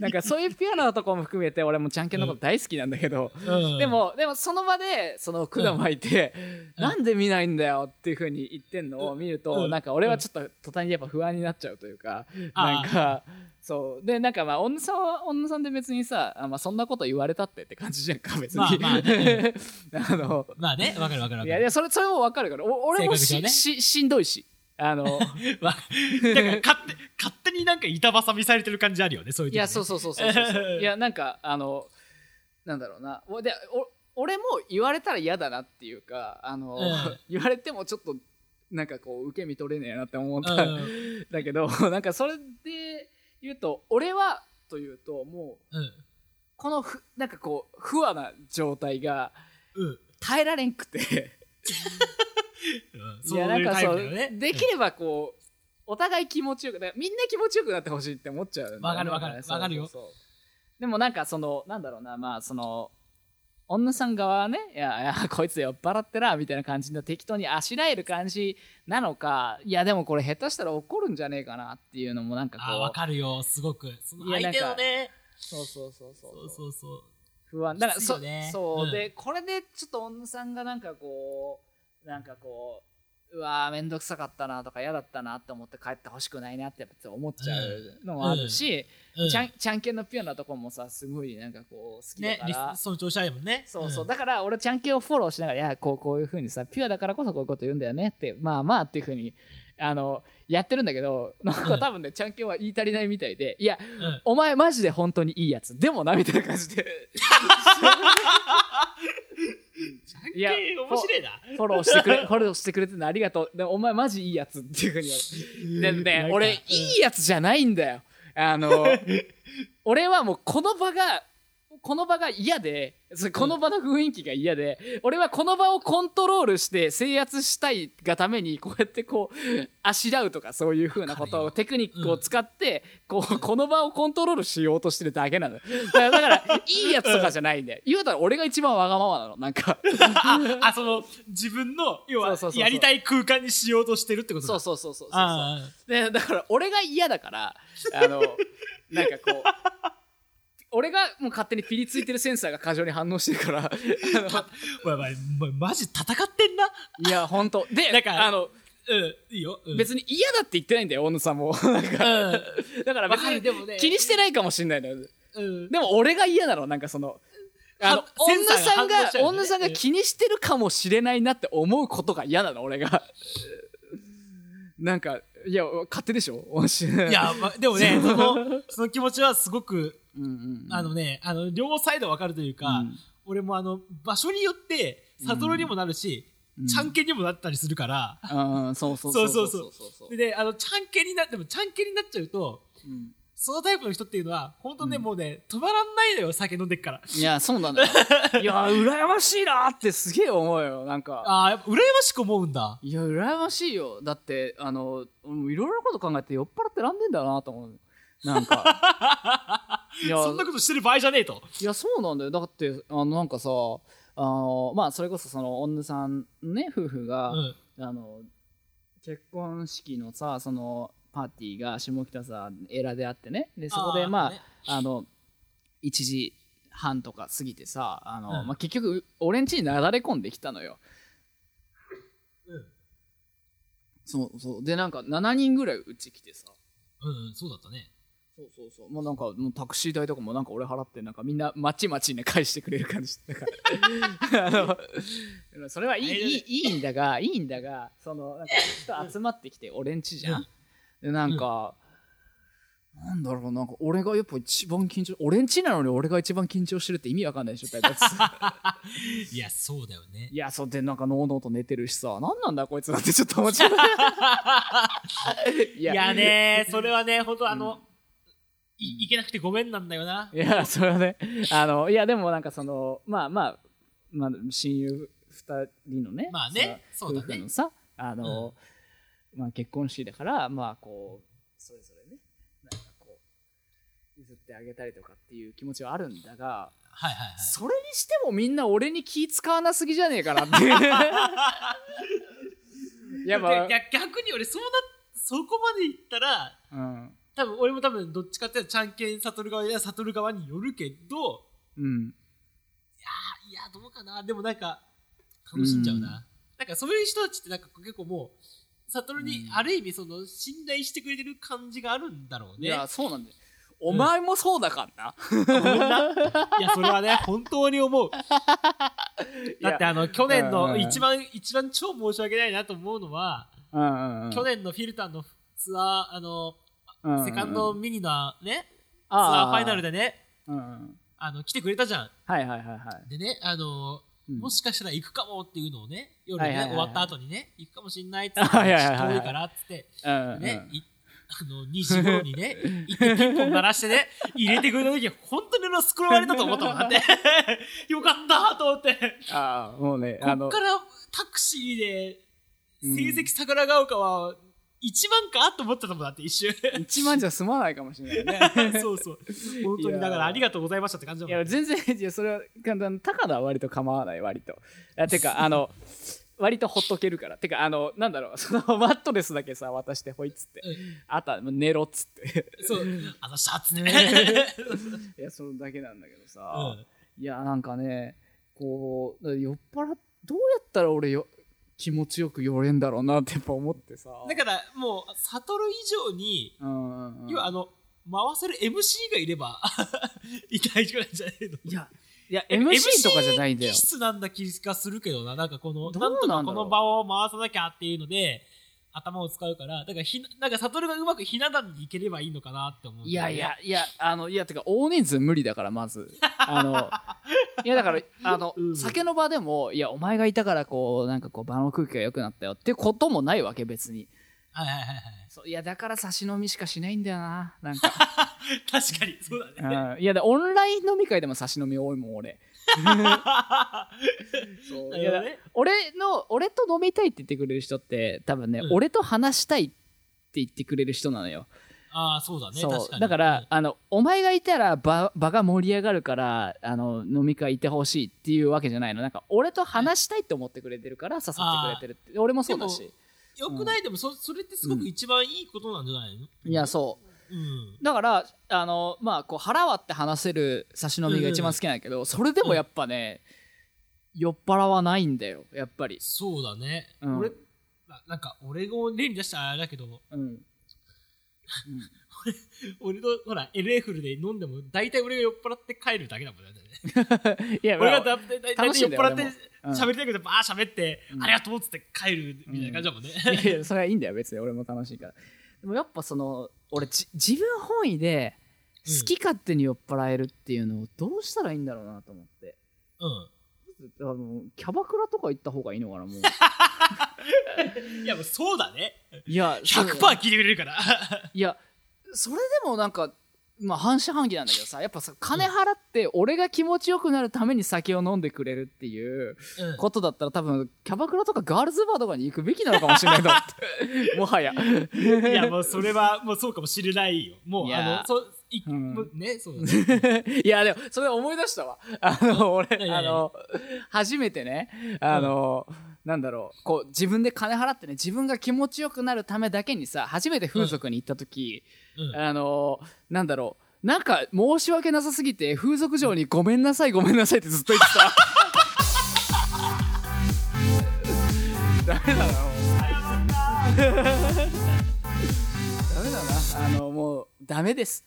S2: なんかそういうピュアなところも含めて俺もじゃんけんのこと大好きなんだけど、
S1: うん、うん
S2: でもでもその場でその管巻いて、
S1: うん
S2: なんで見ないんだよっていうふうに言ってんのを見ると、
S1: うん
S2: なんか俺はちょっと途端にやっぱ不安になっちゃうというか、
S1: あー
S2: なんかそうでなんかまあ女さんは女さんで別にさあ、まあ、そんなこと言われたってって感じじゃんか別に、
S1: まあまあ
S2: あの
S1: まあねわかるわかるわ
S2: い
S1: か
S2: やい
S1: る
S2: やそれそれも分かるからお俺もし,、
S1: 性格上ね
S2: ししんどいしあの
S1: わ だから勝手勝手になんか板挟みされてる感じあるよねそういう時
S2: い
S1: ね
S2: やそうそうそうそうそう そういやなんかあのなんだろうなおでお俺も言われたら嫌だなっていうかあの、
S1: うん
S2: 言われてもちょっとなんかこう受け身取れねえなって思った、
S1: うん
S2: だけど なんかそれで言うと俺はというともう
S1: うん
S2: このふなんかこう不和な状態が
S1: うん
S2: 耐えられんくて。
S1: うん
S2: い
S1: そう
S2: やなん
S1: いう
S2: か
S1: タイ
S2: そ
S1: プ
S2: う
S1: だよね
S2: できればこう、お互い気持ちよくだからみんな気持ちよくなってほしいって思っちゃうんだよね
S1: わかるわかる
S2: だね
S1: わかるよ
S2: そうそうそうでもなんかそのなんだろうなまあその女さん側はねいやいやこいつ酔っ払ってらみたいな感じの適当にあしらえる感じなのかいやでもこれ下手したら怒るんじゃねえかなっていうのもなんかこう
S1: あわかるよすごくその
S2: いやな
S1: 相
S2: んか
S1: 手のね
S2: そうそうそうそう
S1: そうそうそう
S2: 不安だから
S1: きつい
S2: そ,、
S1: よね
S2: そう
S1: うん
S2: でこれでちょっと女さんがなんかこうなんかこううわーめんどくさかったなとか嫌だったなって思って帰ってほしくないなってやっぱ思っちゃうのもあるし、
S1: うん
S2: ちゃんちゃんけんのピュアなとこもさすごいなんかこう好きだ
S1: ね
S2: か
S1: リ
S2: ら、
S1: ス尊重したいもんね
S2: そうそう、
S1: ん
S2: だから俺ちゃんけんをフォローしながらいやこうこういうふうにさピュアだからこそこういうこと言うんだよねってまあまあっていうふうにあのやってるんだけどなんか多分ね、ちゃんけんは言い足りないみたいでいや
S1: うん
S2: お前マジで本当にいいやつでもなみたいな感じ でいや
S1: えー面白いな
S2: フォローしてくれフォローしてくれてるのありがとうでもお前マジいいやつっていうふうに言われてで
S1: なん
S2: ね
S1: か
S2: 俺いいやつじゃないんだよあ の俺はもうこの場がこの場が嫌でそこの場の雰囲気が嫌で俺はこの場をコントロールして制圧したいがためにこうやってこうあしらうとかそういうふうなこ
S1: わかる
S2: とを
S1: よ
S2: テクニックを使ってこうこの場をコントロールしようとしてるだけなのよだからだからいいやつとかじゃないんだよ言うたら俺が一番わがままなのなんか。
S1: あ あその自分の要
S2: そ
S1: は
S2: うそうそうそう
S1: やりたい空間にしようとしてるってことだ
S2: そうそうそうそうそうそう
S1: あ
S2: でだから俺が嫌だ からあのなんかこう俺がもう勝手にピリついてるセンサーが過剰に反応してるからあ
S1: あやばい お前マジ戦ってんな
S2: のいや本当で
S1: なんか
S2: あの
S1: うんいいようん
S2: 別に嫌だって言ってないんだよ大野さんも なん
S1: う
S2: か
S1: ん
S2: だから
S1: わ
S2: 別
S1: かるでも
S2: に
S1: ね
S2: 気にしてないかもしれないのよ
S1: うん
S2: でも俺が嫌なのなんかそのあの
S1: はセン
S2: 女
S1: サーが反
S2: さん
S1: 応
S2: が
S1: しちゃうよね
S2: 女さんが気にしてるかもしれないなって思うことが嫌なの俺がなんかいや勝手でしょ
S1: い
S2: い、
S1: や、ま、でもね、その、その気持ちはすごく、
S2: うんうんうん
S1: あのね、あの、両サイドわかるというか、
S2: うん
S1: 俺もあの、場所によって、サトルにもなるし、ちゃんけんにもなったりするから、
S2: うんそうそうそうそうそうそう
S1: でね、あの、ちゃんけんになっても、ちゃんけんになっちゃうと、
S2: うん
S1: そのタイプの人っていうのは、本当ね、もうね、止まらんないのよ、酒飲んでっから。
S2: いや、そうなんだよ。 いや、羨ましいなってすげえ思うよ。なんか。
S1: ああ、やっぱ羨ましく思うんだ。
S2: いや、羨ましいよ。だって、あの、もういろいろなこと考えて酔っ払ってらんでんだなと思う。なんか。 いや、
S1: そんなことしてる場合じゃねえと。
S2: いや、そうなんだよ。だって、あの、なんかさ、あの、まあ、それこそその、女さんね、夫婦
S1: う
S2: が、
S1: ん。
S2: あの、結婚式のさ、その、パーティーが下北沢エラであってね。で、そこで、
S1: ー
S2: まあ、
S1: ね
S2: あの1時半とか過ぎてさあの、
S1: うん
S2: まあ、結局俺ん家になだれ込んできたのよ、
S1: うん
S2: そうそうでなんか7人ぐらいうち来てさ
S1: うんうん、そうだったね。
S2: そうそうそうもうなんかもうタクシー代とかもなんか俺払ってなんかみんなまちまちね返してくれる感じだからあの それはいいいいいいんだがいいんだがそのなんか人集まってきて俺ん家じゃんでなんか、なんだろうなんか俺がやっぱ一番緊張俺ん家なのに俺が一番緊張してるって意味わかんないでしょ大体
S1: いや、そうだよね。
S2: いやそうでなんかのうのうと寝てるしさ何なんだこいつだってちょっと思っちゃうい
S1: いやね、それはね、本当あの、い、いけなくてごめんなんだよな。
S2: いや、それはね、あの、いや、でもなんかその、まあまあ、まあ、親友二人のね、
S1: まあね
S2: さ
S1: そうだ
S2: 夫
S1: ね
S2: 婦のさ、あの、まあ結婚式だから、まあこう、それぞれね、なんかこう、譲ってあげたりとかっていう気持ちはあるんだが、
S1: はいはいはい。
S2: それにしてもみんな俺に気使わなすぎじゃねえか なっていう。やっぱ
S1: い、や逆に俺、そうな、そこまでいったら、
S2: うん。
S1: 多分俺も多分どっちかっていうと、ちゃんけん悟る側や悟る側によるけど、
S2: うん。
S1: あいや、どうかな。でもなんか、楽しんじゃうな。なんかそういう人たちってなんか結構もう、悟るに
S2: うん
S1: ある意味その信頼してくれてる感じがあるんだろう
S2: い
S1: ね。い
S2: や、
S1: や、
S2: そうなんだよ。お前もそうだからな。
S1: それはね、本当に思う。だって
S2: いや、
S1: あの、去年
S2: うんう
S1: の
S2: んうん
S1: 一番、一番超申し訳ないなと思うのは、
S2: うんうんうん
S1: 去年のフィルターのツアー、あの、
S2: うんうん
S1: セカンドミニのね、ツ
S2: ツ
S1: アーファイナル
S2: で。
S1: でね、
S2: うんうん
S1: あの、来てくれたじゃん。
S2: はいはいはいはい。
S1: でね、あの、
S2: うん
S1: もしかしたら行くかもっていうのをね、夜
S2: はいはい
S1: ね、
S2: はい
S1: 終
S2: は
S1: わ
S2: い
S1: った後にね、行くかもしんないって、遠い
S2: はいはいはいはい
S1: からっつって、
S2: うんうんうん
S1: ね、いあの、2時頃に ね、行ってピンポン鳴らしてね、入れてくれた時、本当に俺は救われたと思ったもんだ って。よかったと思って。
S2: ああ、もうね、
S1: こ
S2: あ
S1: っ
S2: の
S1: か、 らタクシーで、
S2: うん
S1: 成績桜ヶ丘は、一番かと思ってたもんだって、一瞬。
S2: 1万じゃ済まないかもしれないね。
S1: そうそう。本当に、だからありがとうございましたって感じだ
S2: い
S1: もん。
S2: や、全然、いや、それは簡単。高田は割と構わない、割と。あてか、あの、割とほっとけるから。てか、あの、なんだろう、そのマットレスだけさ、渡してほいっつって。
S1: うん
S2: あとは、寝ろっつって。
S1: そう。あのシャツね。
S2: いや、それだけなんだけど
S1: う
S2: さ。
S1: ん
S2: いや、なんかね、こう、酔っ払っ、どうやったら俺よ、気持ちよく寄れんだろうなってやっぱ思ってさ。
S1: だから、もう、悟る以上に、
S2: うんうんうん
S1: 要はあの、回せる MC がいれば、 大丈夫なんじゃないの
S2: いや、いや、MC とかじゃないんだよ
S1: 気。質なんだ気がするけどな、なんかこの、
S2: ど
S1: なん
S2: う
S1: と
S2: な
S1: か
S2: んだ
S1: こ
S2: ろう
S1: の場を回さなきゃっていうので、頭を使うから、だからひな、なんか悟がうまくひな壇に行ければいいのかなって思う。
S2: いやいや、、いや、あの、いや、てか、大人数無理だから、まず。あの、いや、だから、あの、
S1: うん
S2: 酒の場でも、いや、お前がいたから、こう、なんかこう、場の空気が良くなったよってこともないわけ、別に。
S1: はいはいはいは
S2: そういや、だから、差し飲みしかしないんだよな、なん か。
S1: い。確かに、そうだね。
S2: うんいや、でオンライン飲み会でも差し飲み多いもん、俺。そういや
S1: なるほどね
S2: 俺の、俺と飲みたいって言ってくれる人って、多分ね、
S1: うん
S2: 俺と話したいって言ってくれる人なのよ。
S1: ああ、そうだね。
S2: そ
S1: 確か
S2: う
S1: に。
S2: だから、
S1: うん、
S2: あのお前がいたら場場が盛り上がるからあの飲み会いてほしいっていうわけじゃないのなんか俺と話したいって思ってくれてるから誘ってくれてるって俺もそうだし
S1: よくないでも、そそれってすごく一番いいことなんじゃないの
S2: いやそう
S1: うん。
S2: だからあのまあこう腹割って話せる差し飲みが一番好きなんだけど、それでもやっぱね、酔っ払わないんだよやっぱり、
S1: そうだね。
S2: うん
S1: 俺、ななんか、俺を例に出したらあれだけど、
S2: うん、
S1: 俺のほら LF で飲んでも大体俺が酔っ払って帰るだけだもんね。
S2: いや
S1: 俺が
S2: まあ
S1: だ大体
S2: 楽し
S1: 酔
S2: い
S1: っ
S2: んだよ
S1: 払って
S2: 俺もうん
S1: 喋りたいけどバー喋って、ありがとうっつって帰るみたいな感じだもんね。
S2: いやいやそれはいいんだよ別に俺も楽しいからでもやっぱその俺じ自分本位で
S1: うん
S2: 好き勝手に酔っ払えるっていうのをどうしたらいいんだろうなと思って
S1: う
S2: あのキャバクラとか行った方がいいのかなもう
S1: ん。いやもうそうだね。
S2: いやそう
S1: 100%聞いてくれるから。
S2: いやそれでもなんかまあ半信半疑なんだけどさやっぱさ金払って俺が気持ちよくなるために酒を飲んでくれるっていう
S1: うん
S2: ことだったら多分キャバクラとかガールズバーとかに行くべきなのかもしれないと思って もは や
S3: いやもうそれはもうそうかもしれないよも
S2: いうやー
S3: あのそうい、
S2: うん
S3: もうねそうだ ね
S2: いや、でも、それ思い出したわ。 あの、俺、
S1: 何
S2: あの、初めてね、あの、なんだろう、こう、自分で金払ってね、自分が気持ちよくなるためだけにさ、初めて風俗に行った時、
S1: うん
S2: あの、なんだろう、なんか申し訳なさすぎて、風俗嬢にごめんなさい、ごめんなさいってずっと 言ってた。ダメだな、もう ダメだな。あの、もう、ダメです。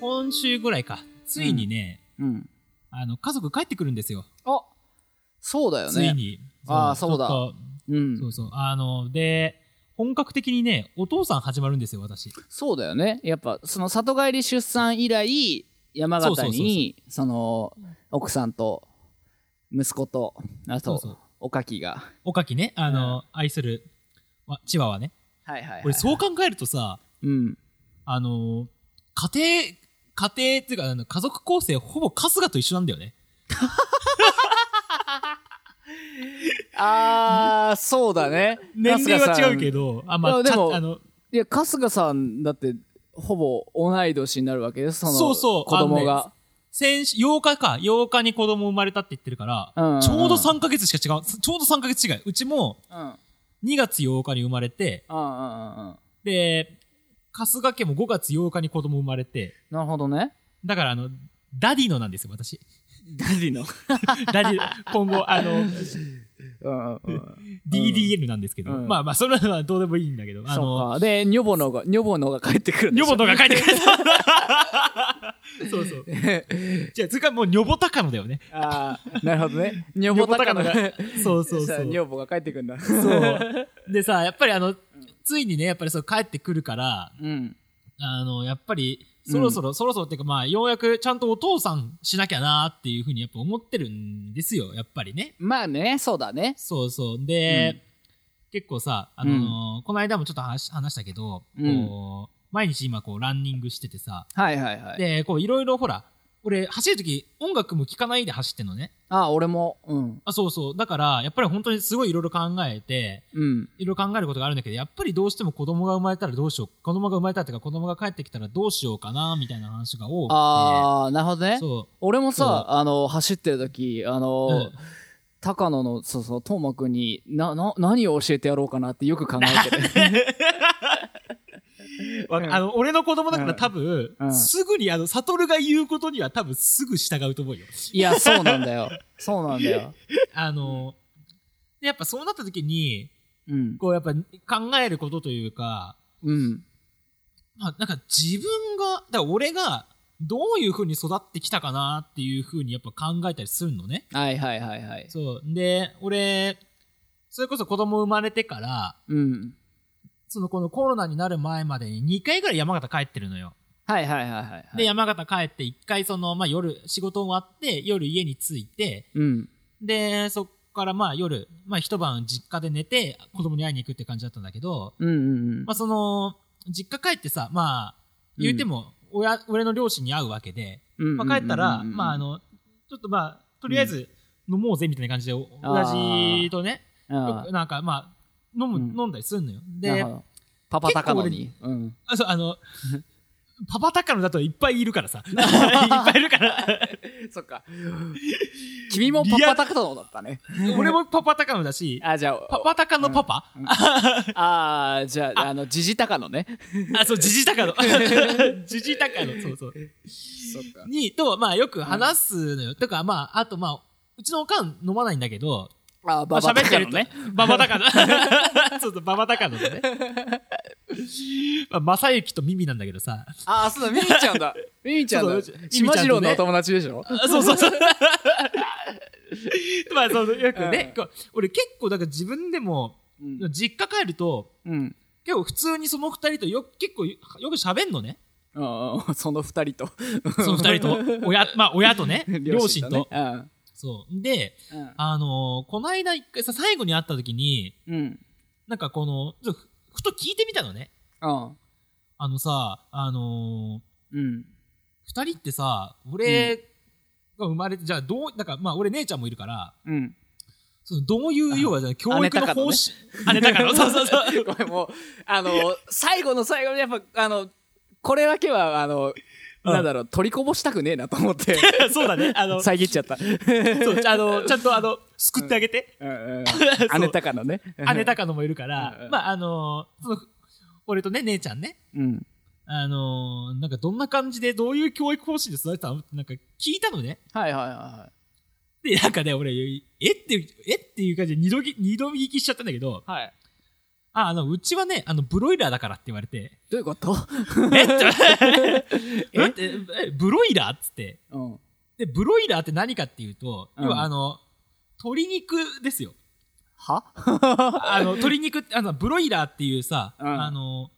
S1: 今週ぐらいかついにね、
S2: うん。
S1: あの家族帰ってくるんですよ
S2: あそうだよね。
S1: ついに
S2: あーそうだ
S1: ちょっと
S2: うん
S1: そうそうあので本格的にねお父さん始まるんですよ私
S2: そうだよね。やっぱ、その里帰り出産以来、山
S1: そうそう
S2: 形
S1: そう
S2: に、その、奥さんと、息子と、あ
S1: そう
S2: と
S1: そう、
S2: おかきが。
S1: おかきねあの、愛するわ千葉はね
S2: はいはい、はい。
S1: 俺そう考えるとさ
S2: うん。
S1: あの家庭家庭っていうかあの家族構成ほぼ春日と一緒なんだよね
S2: あー、そうだね。
S1: 年齢は違うけ
S2: ど。
S1: どあま
S2: い
S1: あ
S2: やで
S1: ち
S2: も
S1: ゃあの
S2: いや、春日さんだって、ほぼ同い年になるわけです、その、
S1: そうそう
S2: 子供が。
S1: 先週8日か8日に子供生まれたって言ってるから、
S2: うんうんうん
S1: ちょうど3ヶ月しか違うちょうど3ヶ月違いうちも
S2: うん。うん
S1: 2月8日に生まれて
S2: うんうんうん。
S1: で春日家も5月8日に子供生まれて
S2: なるほ どね。
S1: だからあのダディのなんですよ私
S2: ダディの。
S1: ダディ今後あ の
S2: うんうんうん。
S1: DDL なんですけど、
S2: うん
S1: まあまあそれはどうでもいいんだけど あ
S2: そう
S1: の
S2: か。で、女房のが、女房のが帰ってくるんで
S1: ニ
S2: し
S1: ョ
S2: ょ
S1: ボトが書いてくれた そうそうじゃあそれからもうニョボタカノだよね
S2: ああ、なるほど ね。女房高野が。
S1: そうそうそう
S2: 女房が帰ってくんだ。
S1: そう。でさ、やっぱりあの、ついにね、やっぱりそう帰ってくるから、
S2: うん。
S1: あの、やっぱり、そろそろ、そろそろっていうか、まあ、ようやくちゃんとお父さんしなきゃなーっていうふうにやっぱ思ってるんですよ、やっぱりね。
S2: まあね、そうだね。
S1: そうそう。で、
S2: う
S1: 結構さ、あのーこの間もちょっと話話したけど、
S2: うん
S1: こう、毎日今こう、ランニングしててさ、
S2: はいはいはい。
S1: で、こう、いろいろほら、俺、走るとき、音楽も聴かないで走ってんのね。
S2: ああ、俺も、うん。
S1: あ、そうそう。だから、やっぱり本当にすごいいろいろ考えて、
S2: うん。
S1: いろいろ考えることがあるんだけど、やっぱりどうしても子供が生まれたらどうしよう、子供が生まれたっていうか、子供が帰ってきたらどうしようかな、みたいな話が多くて。
S2: ああ、なるほどね。
S1: そ
S2: 俺も
S1: そう
S2: さ、あの、走ってる時、あの、
S1: うん
S2: 高野の、そうそう、トーマくんに、な、な、何を教えてやろうかなってよく考えてる。
S1: う。わあの、俺の子供だから多分、
S2: うん
S1: すぐに、あの、悟が言うことには多分すぐ従うと思うよ。
S2: いや、そうなんだよ。そうなんだよ。
S1: あの、でやっぱそうなった時に、
S2: うん。
S1: こうやっぱ考えることというか、
S2: うん。
S1: まあなんか自分が、だから俺がどういう風に育ってきたかなっていう風にやっぱ考えたりするのね。
S2: はいはいはいはい。
S1: そう。で、俺、それこそ子供生まれてから、
S2: うん。
S1: そのこのコロナになる前までに2回ぐらい山形帰ってるのよ。
S2: はいはいはいはい、はい。
S1: で、山形帰って1回その、まあ夜、仕事終わって夜家に着いて、
S2: うん。
S1: で、そっからまあ夜、まあ一晩実家で寝て子供に会いに行くって感じだったんだけど、
S2: うんうんうん。
S1: まあその、実家帰ってさ、まあ、言うても、親、俺の両親に会うわけで、
S2: うん
S1: まあ、帰ったら、
S2: うんうんうんうん
S1: まああの、ちょっとまあ、とりあえず飲もうぜみたいな感じで、お
S2: あ
S1: 親
S2: ー
S1: 父とね、よ
S2: あ
S1: くなんかまあ、飲む、
S2: うん
S1: 飲んだりするのよ。
S2: ーなる
S1: で
S2: ほ、どパパ高野に。うん。
S1: あそうあ の、パパタカノだといっぱいいるからさ。いっぱいいるから。
S2: そっか。君もパパタカノだったね。
S1: 俺もパパタカノだし、
S2: あ、じゃ
S1: パ
S2: あ、
S1: パタカノパパ、
S2: あーじゃあ、あの、ジジタカノね。
S1: あ、そう、ジジタカノ。 ジジタカノ、そうそう。
S2: そっか。
S1: に、と、まあよく話すのよ。とか、まあ、あとまあ、うちのおかん飲まないんだけど、
S2: あ
S1: ま
S2: ー、バ
S1: あ
S2: バ
S1: 喋
S2: タ
S1: って
S2: カ
S1: る
S2: ノ
S1: と
S2: ね。。
S1: ババタカノ。 そうそう、ババタカノでね。まあ、まさゆきとミミなんだけどさ。
S2: あー、そうだ、ミミ ちゃんだ。ミミちゃんだ
S1: そうだミミちゃんとね。
S2: 島次郎のお友達でしょ
S1: あそうそうそう。 まあ、そうそう、よくね。こう俺結構、だから自分でも、
S2: うん
S1: 実家帰ると、
S2: うん。
S1: 結構普通にその二人とよ結構よく喋んのね。
S2: うん うんその二人と。
S1: その二人 と、親、まあ親とね、両親と。
S2: ねうん
S1: そう。で、
S2: うん
S1: あのーこの間一回さ、最後に会った時に、
S2: うん。
S1: なんかこの、ちょっとふふと聞いてみたのね。
S2: うん。
S1: あのさ、あのー
S2: うん。
S1: 二人ってさ、俺が生まれて、じゃあどう、なんかまあ俺姉ちゃんもいるから、
S2: うん。
S1: そのどういう、要はじゃあ教
S2: 姉
S1: 育の
S2: 高
S1: 方
S2: のね
S1: 針、 姉だ から、そうそうそう。
S2: これもう、あの、最後の最後にやっぱ、あの、これだけは、あの、
S1: うん
S2: なんだろう、取りこぼしたくねえなと思 って、
S1: そうだね。あの、
S2: 遮っち ゃった。
S1: そうあのちゃんとあの、救ってあげて。
S2: うんうん
S1: そう
S2: 姉高のね。
S1: 姉高野もいるから、
S2: うんうん
S1: まああのーその、俺とね、姉ちゃんね、
S2: うん。
S1: あのーなんかどんな感じで、どういう教育方針で育てたのってなんか聞いたのね。
S2: はいはいは
S1: で、なんかね、俺、えって、えっていう感じで二度ぎ、二度聞きしちゃったんだけど、
S2: い。はい。
S1: あ、あの、うちはね、あの、ブロイラーだからって言われて、
S2: どういうこと
S1: えって、 えって、えブロイラーっつって。
S2: うん。
S1: で、ブロイラーって何かっていうと、
S2: うん
S1: 要はあの、鶏肉です よ。
S2: は
S1: あの、鶏肉って、あの、ブロイラーっていうさ、
S2: うん
S1: あの、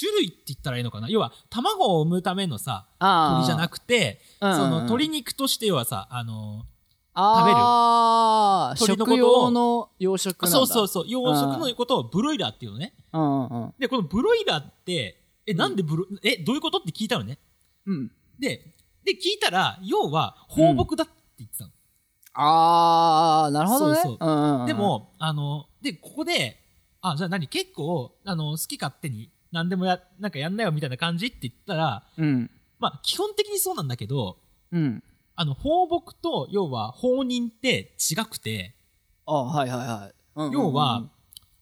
S1: 種類って言ったらいいのかな要は、卵を産むためのさ、
S2: あ
S1: 鳥じゃな
S2: く
S1: くて、
S2: うんうんうん
S1: その鶏肉としてはさ、あの、べる
S2: あー
S1: 鳥のことを
S2: 食用の養殖なんだ。
S1: そうそうそう、養殖のことをブロイラーっていうのね。
S2: う。うんうん
S1: で、このブロイラーって、え、なんでブロ、え、どういうことって聞いたのね。
S2: うん。
S1: で、で、聞いたら、要は放牧だって言ってたの。
S2: あー、なるほどね。
S1: そうそ
S2: んんん
S1: で、も、あの、で、ここで、あ、じゃあ何結構、あの、好き勝手に、何でもや、なんかやんなよみたいな感じって言ったら、
S2: うん。
S1: まあ、基本的にそうなんだけど、
S2: うん。
S1: あの、放牧と、要は、放任って違くて、
S2: あはいはいはい。うんうんうん
S1: 要は、、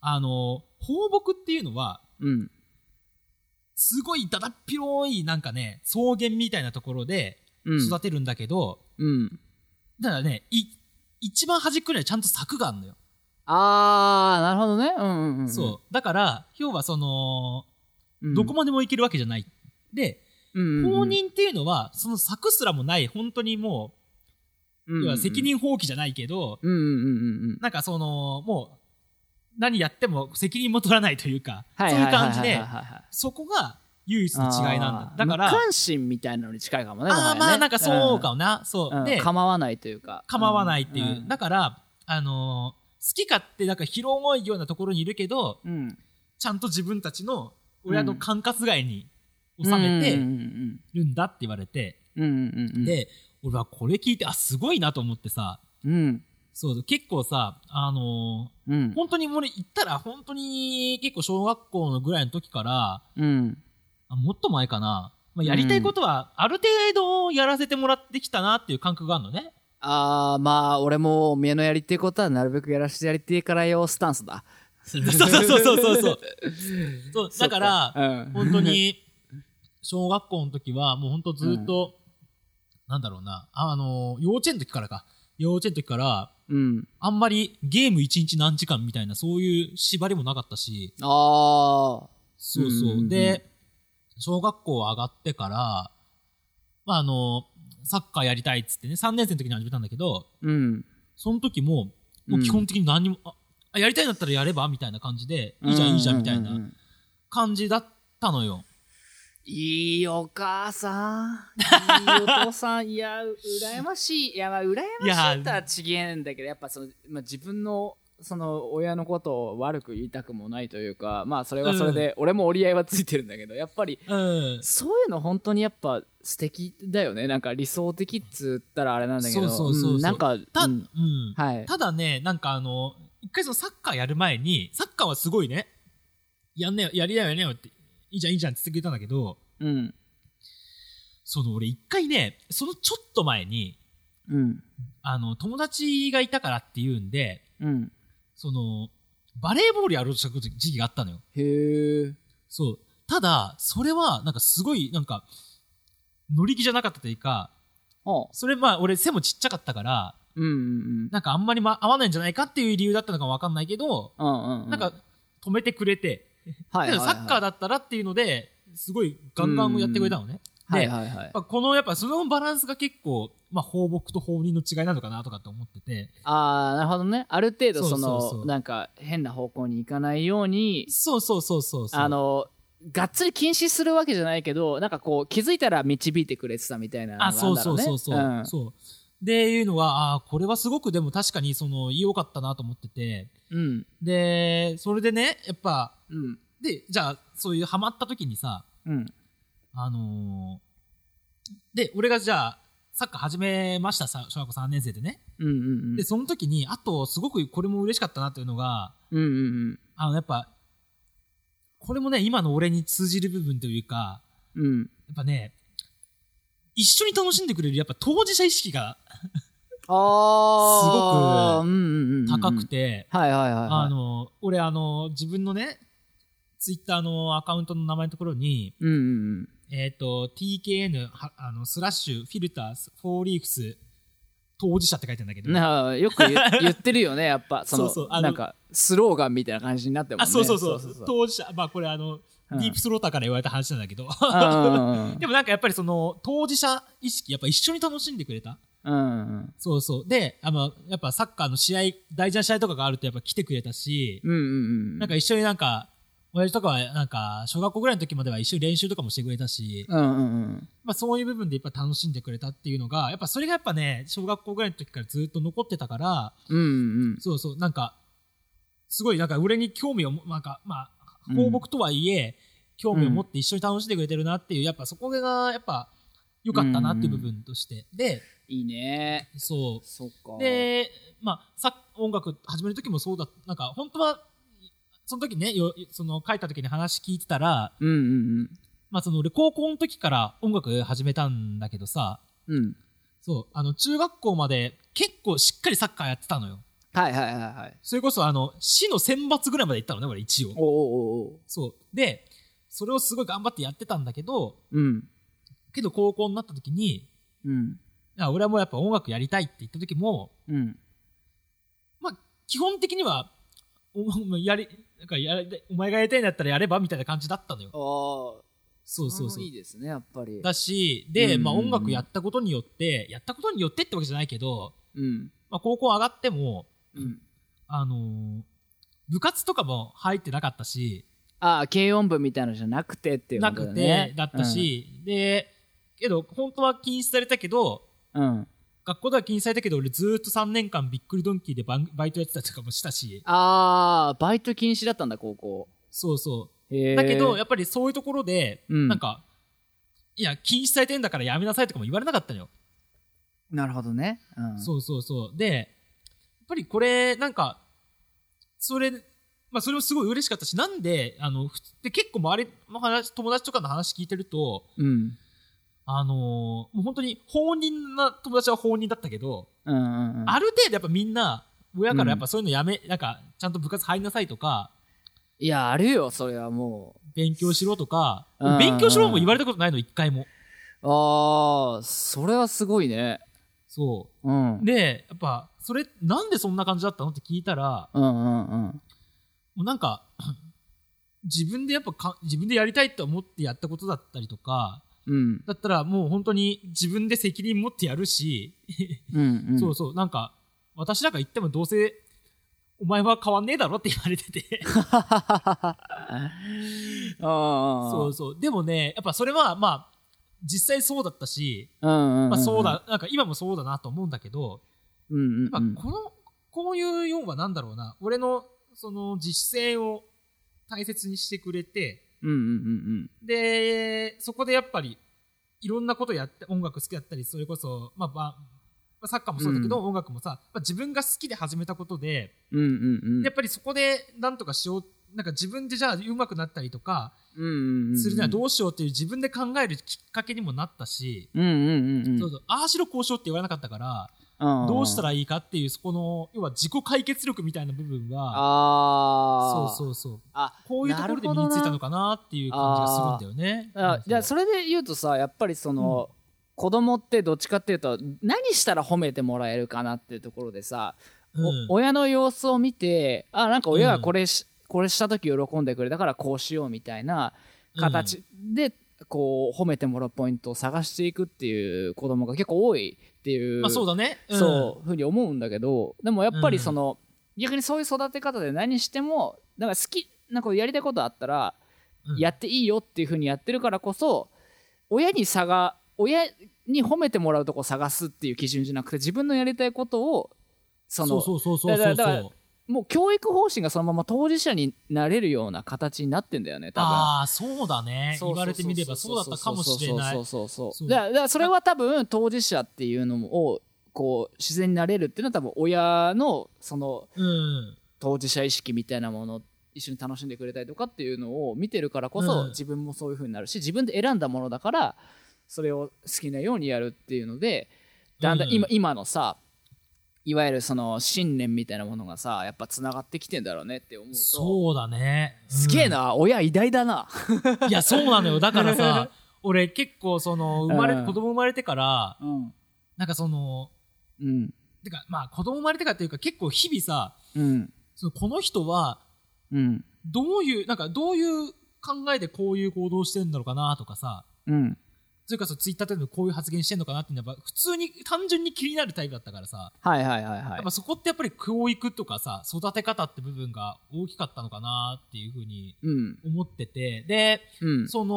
S1: あの、放牧っていうのは、
S2: うん。
S1: すごいだだっ広い、なんかね、草原みたいなところで
S2: うん。
S1: 育てるんだけど、
S2: うん。
S1: だからね、い、一番端っこにはちゃんと柵があるのよ。
S2: あー、なるほどね。うんうんうん。
S1: そう。だから、要はその、
S2: うん。
S1: どこまでも行けるわけじゃない。で、
S2: うんうんうん
S1: 放任っていうのは、その柵すらもない、本当にもう、要は責。任放棄じゃないけど、
S2: うんうんうんうんうん。
S1: なんかその、もう、何やっても責任も取らないというか、そう
S2: はいはは
S1: う
S2: はは
S1: 感じで、そこが唯一の違いなんだ。だから、
S2: あー無関心みたいなのに近いかもね。
S1: ああ、
S2: もはやね
S1: まあなんかそうかもな。そう。
S2: うん
S1: で、
S2: 構わないというか。
S1: 構わないっていう。
S2: ん
S1: だから、あのー好き勝手、なんか広いようなところにいるけど、
S2: うん。
S1: ちゃんと自分たちの親の管轄外に収め
S2: うん
S1: てるんだって言われて、
S2: うんうんうん。、
S1: で、俺はこれ聞いて、あ、すごいなと思ってさ、
S2: うん。
S1: そう、結構さ、あの
S2: うん
S1: ー。本当に俺行ったら、本当に結構小学校のぐらいの時から、
S2: うん。
S1: あもっと前かな、まあ、やりたいことは、ある程度やらせてもらってきたなっていう感覚があるのね。
S2: ああ、まあ、俺も、おめえのやりてえことはなるべくやらしてやりてえからよ、スタンスだ。
S1: そうそうそうそうそう。そうだから、
S2: うん
S1: 本当に、小学校の時は、もう本当ずっと、なんだろうな、あの、幼稚園の時からか。幼稚園の時から、
S2: うん。
S1: あんまりゲーム1日何時間みたいな、そういう縛りもなかったし、
S2: ああ。
S1: そうそう。
S2: うんうんうん
S1: で、小学校上がってから、まあ、あの、サッカーやりたいっつってね、3年生の時に始めたんだけど、
S2: うん。
S1: その時も、もう基本的に何にも、ああ、やりたいんだったらやればみたいな感じで、いいじゃんいいじゃんみたい
S2: うんうんう
S1: なん感じだったのよ。
S2: いいお母さん。いいお父 さん。いや、羨ましい。いや、まあ、羨ましいとはちげえんだけど、やっぱその、まあ、自分の、その、親のことを悪く言いたくもないというか、まあ、それはそれで、俺も折り合いはついてるんだけど、やっぱり、
S1: うん。
S2: そういうの本当にやっぱ素敵だよね。なんか理想的っつったらあれなんだけど、
S1: そうそうそうそうん
S2: なんか、
S1: た、
S2: う
S1: うんん。
S2: はい。
S1: ただね、なんかあの、一回そのサッカーやる前に、サッカーはすごいね、やんねよ、やりなよやりなよって、いいじゃんいいじゃんって言ってくれたんだけど、
S2: うん。
S1: その俺一回ね、そのちょっと前に、
S2: うん。
S1: あの、友達がいたからっていうんで、
S2: うん。
S1: その、バレーボールやろうとした時期があったのよ。
S2: へえ。
S1: そう。ただ、それは、なんかすごい、なんか、乗り気じゃなかったというか、
S2: あ
S1: それまあ俺背もちっちゃかったから、
S2: うんうん
S1: なんかあんまり、ま、合わないんじゃないかっていう理由だったのかわかんないけど、
S2: うん。うんうんう。
S1: なんか、止めてくれて、
S2: はいはいはい、
S1: でサッカーだったらっていうので、すごいガンガンやってくれたのね。で、
S2: はいはいはい
S1: ま。あこのやっぱそのバランスが結構、まあ、放牧と放任の違いなのかなとかって思ってて、
S2: ああ、なるほどね。ある程度、
S1: そうそ
S2: そ
S1: うそ
S2: の、
S1: う
S2: なんか、変な方向に行かないように、
S1: そうそうそうそうそう。
S2: あの、がっつり禁止するわけじゃないけどなんかこう気づいたら導いてくれてたみたいなのが
S1: あ、
S2: んだろ
S1: そうそう
S2: ね
S1: そうそう。
S2: うん
S1: そう。で、いうのは、ああ、これはすごくでも確かにその、良かったなと思ってて。
S2: うん
S1: で、それでね、やっぱ、
S2: うん
S1: で、じゃあ、そういうハマった時にさ、
S2: うん
S1: あのーで、俺がじゃあ、サッカー始めました、さ小学校3年生でね。
S2: うんうんうん
S1: で、その時に、あと、すごくこれも嬉しかったなというのが、
S2: うんうん
S1: あの、やっぱ、これもね、今の俺に通じる部分というか、
S2: うんうん
S1: やっぱね、一緒に楽しんでくれる、やっぱ当事者意識が
S2: ああ
S1: すごく
S2: うんうんうんうん
S1: 高くて、
S2: はいはいはいはい
S1: あの、俺、あの、自分のね、ツイッターのアカウントの名前のところに、
S2: うんうん
S1: えっ、と、TKN、はあの、スラッシュ、フィルター、フォーリーフス、当事者って書いてあるんだけ
S2: う
S1: ど
S2: ん、なあよく言言ってる よねやっぱその
S1: そうそうあの
S2: なんかスローガンみたいな感じになってもんね
S1: あ、そうそうそう、
S2: そう
S1: 当事者、まあこれあの、
S2: うん
S1: ディープスローターから言われた話なんだけど、
S2: うん
S1: でもなんかやっぱりその、当事者意識、やっぱ一緒に楽しんでくれた。
S2: うん
S1: そうそう。で、あの、やっぱサッカーの試合、大事な試合とかがあるとやっぱ来てくれたし、
S2: うんうん
S1: なんか一緒になんか、親父とかはなんか、小学校ぐらいの時までは一緒に練習とかもしてくれたし、
S2: うんうんうん
S1: まあそういう部分でやっぱ楽しんでくれたっていうのが、やっぱそれがやっぱね、小学校ぐらいの時からずっと残ってたから、
S2: うんうん
S1: そうそう、なんか、すごいなんか俺に興味をも、なんか、ま
S2: う
S1: あ、
S2: ん
S1: 放牧とはいえ、興味を持って一緒に楽しんでくれてるなっていう、やっぱそこが、やっぱ、良かったなっていう部分として。で、
S2: いいね
S1: そ
S2: そっか
S1: う。で、まあ、さ、音楽始める時もそうだ、なんか、本当は、その時ね、よその書いた時に話聞いてたら、
S2: うんうん
S1: まあ、その俺高校の時から音楽始めたんだけどさ、
S2: うんうん
S1: そう、あの、中学校まで結構しっかりサッカーやってたのよ。
S2: はいはいはいはい
S1: それこそ、あの、市の選抜ぐらいまで行ったのね、俺一応。
S2: おおおお
S1: そう。で、それをすごい頑張ってやってたんだけど、
S2: うん
S1: けど高校になった時に、
S2: うん
S1: あ俺はもうやっぱ音楽やりたいって言った時も、
S2: うん
S1: まあ、基本的には、おまあやり、なんかやりお前がやりたいんだったらやればみたいな感じだったのよ。
S2: ああ
S1: そうそうそう
S2: いい。ですねやっぱり
S1: だし、で、
S2: うん
S1: まあ音楽やったことによって、やったことによってってわけじゃないけど、
S2: うん
S1: まあ高校上がっても、
S2: うん
S1: あのー部活とかも入ってなかったし、
S2: ああ軽音部みたいなのじゃなくてっていうこ
S1: な
S2: とだ
S1: く
S2: ね
S1: て、だったし、で、けど、本当は禁止されたけど、
S2: うんうん
S1: 学校では禁止されたけど俺ずーっと3年間びっくりドンキーでバンバイトやってたりとかもしたし
S2: ああバイト禁止だったんだ高校
S1: そうそ
S2: へ
S1: う
S2: え
S1: だけどやっぱりそういうところで、
S2: うん
S1: なんかいや禁止されてんだからやめなさいとかも言われなかったのよ、
S2: なるほどねうん
S1: そうそうそうでやっぱりこれなんかそれまあそれもすごい嬉しかったしなんであのふつで結構周りの話友達とかの話聞いてると
S2: うん
S1: あのーもう本当に放任な友達は放任だったけど、
S2: うんうんうん
S1: ある程度やっぱみんな親からやっぱそういうのやめ、なんかちゃんと部活入りなさいとか
S2: いやあるよそれはも
S1: 勉強しろとか、
S2: うん
S1: 勉強しろも言われたことないの、一回も。
S2: うああそれはすごいね
S1: そ
S2: うん
S1: う。で、やっぱ、それ、なんでそんな感じだったのって聞いたら、
S2: うんうんうん
S1: もうなんか、 自分でやっぱか、自分でやりたいと思ってやったことだったりとか、
S2: うん
S1: だったらもう本当に自分で責任持ってやるし、
S2: うんうん
S1: そうそう、なんか、私なんか言ってもどうせ、お前は変わんねえだろって言われてて。
S2: ああ
S1: そうそう。でもね、やっぱそれは、まあ、実際そうだったし、
S2: ま
S1: まあそうだ、なんか今もそうだなと思うんだけど、
S2: うんうん
S1: やっぱこの、こういう要はなんだろうな、俺のその実践を大切にしてくれて、
S2: うんうん
S1: で、そこでやっぱり、いろんなことやって、音楽好きだったり、それこそ、まあ、ばまあ、サッカーもそうだけど、
S2: う
S1: 音楽もさ、まあ、自分が好きで始めたことで、
S2: うんうんうんうん
S1: やっぱりそこでなんとかしよう、なんか自分でじゃあ上手くなったりとか、
S2: うんうん
S1: するにはど
S2: う
S1: うしようっていう自分で考えるきっかけにもなったし、
S2: うんうんうん
S1: そうそうああしろこうしようって言われなかったから、ど
S2: ど
S1: うした
S2: ら
S1: らいいかっていう、そこの、要は自己解決力みたいな部分は、
S2: ああ
S1: そうそうそう。
S2: あ
S1: こういうところで身についたのかなっていう感じがするんだよね。
S2: あじゃあ
S1: そ
S2: それで言うとさやっぱりその、子供ってどっちかっていうと何したら褒めてもらえるかなっていうところでさ、お
S1: うん
S2: 親の様子を見てあなんか親がこれし、これした時喜んでくれたからこうしようみたいな形で、こう褒めてもらうポイントを探していくっていう子供が結構多いっていう,、
S1: まあそうだね。ん
S2: そうふうに思うんだけどでもやっぱり
S1: うん
S2: その、逆にそういう育て方で何してもなんか好きなんかやりたいことあったら
S1: うん
S2: やっていいよっていうふうにやってるからこそ親に差が親に褒めてもらうとこ探すっていう基準じゃなくて自分のやりたいことをその
S1: そうそうそうそうそう
S2: だか
S1: そ
S2: らだ
S1: う
S2: もう教育方針がそのまま当事者になれるような形になってんだよね多分。
S1: ああそうだね
S2: そ
S1: 言
S2: うそうそう
S1: われてみればそうだったかもしれない
S2: そうそうそうそう
S1: そ
S2: そううだからだからそれは多分当事者っていうのをこう自然になれるっていうのは多分親のその
S1: うん
S2: 当事者意識みたいなもの一緒に楽しんでくれたりとかっていうのを見てるからこそ、
S1: うん
S2: 自分もそういう風になるし自分で選んだものだからそれを好きなようにやるっていうのでだんだん今,、
S1: う
S2: 今のさいわゆるその信念みたいなものがさやっぱつながってきてんだろうねって思うと
S1: そうだねうん
S2: すげえな、親偉大だな
S1: いやそうなのよだから さ俺結構その生まれ
S2: うん
S1: 子供生まれてから
S2: うん
S1: なんかその
S2: うん
S1: てかまあ子供生まれてからっていうか結構日々さ
S2: うん
S1: そのこの人は
S2: うん
S1: どういうなんかどういう考えでこういう行動してるんだろうかなとかさ
S2: うん
S1: それからそのツイッターでもこういう発言してんのかなっていうのはやっぱ普通に単純に気になるタイプだったからさ、
S2: はいはいはいは
S1: や
S2: い
S1: っぱそこってやっぱり教育とかさ育て方って部分が大きかったのかなっていうふうに
S2: うん
S1: 思っててで、
S2: うん
S1: その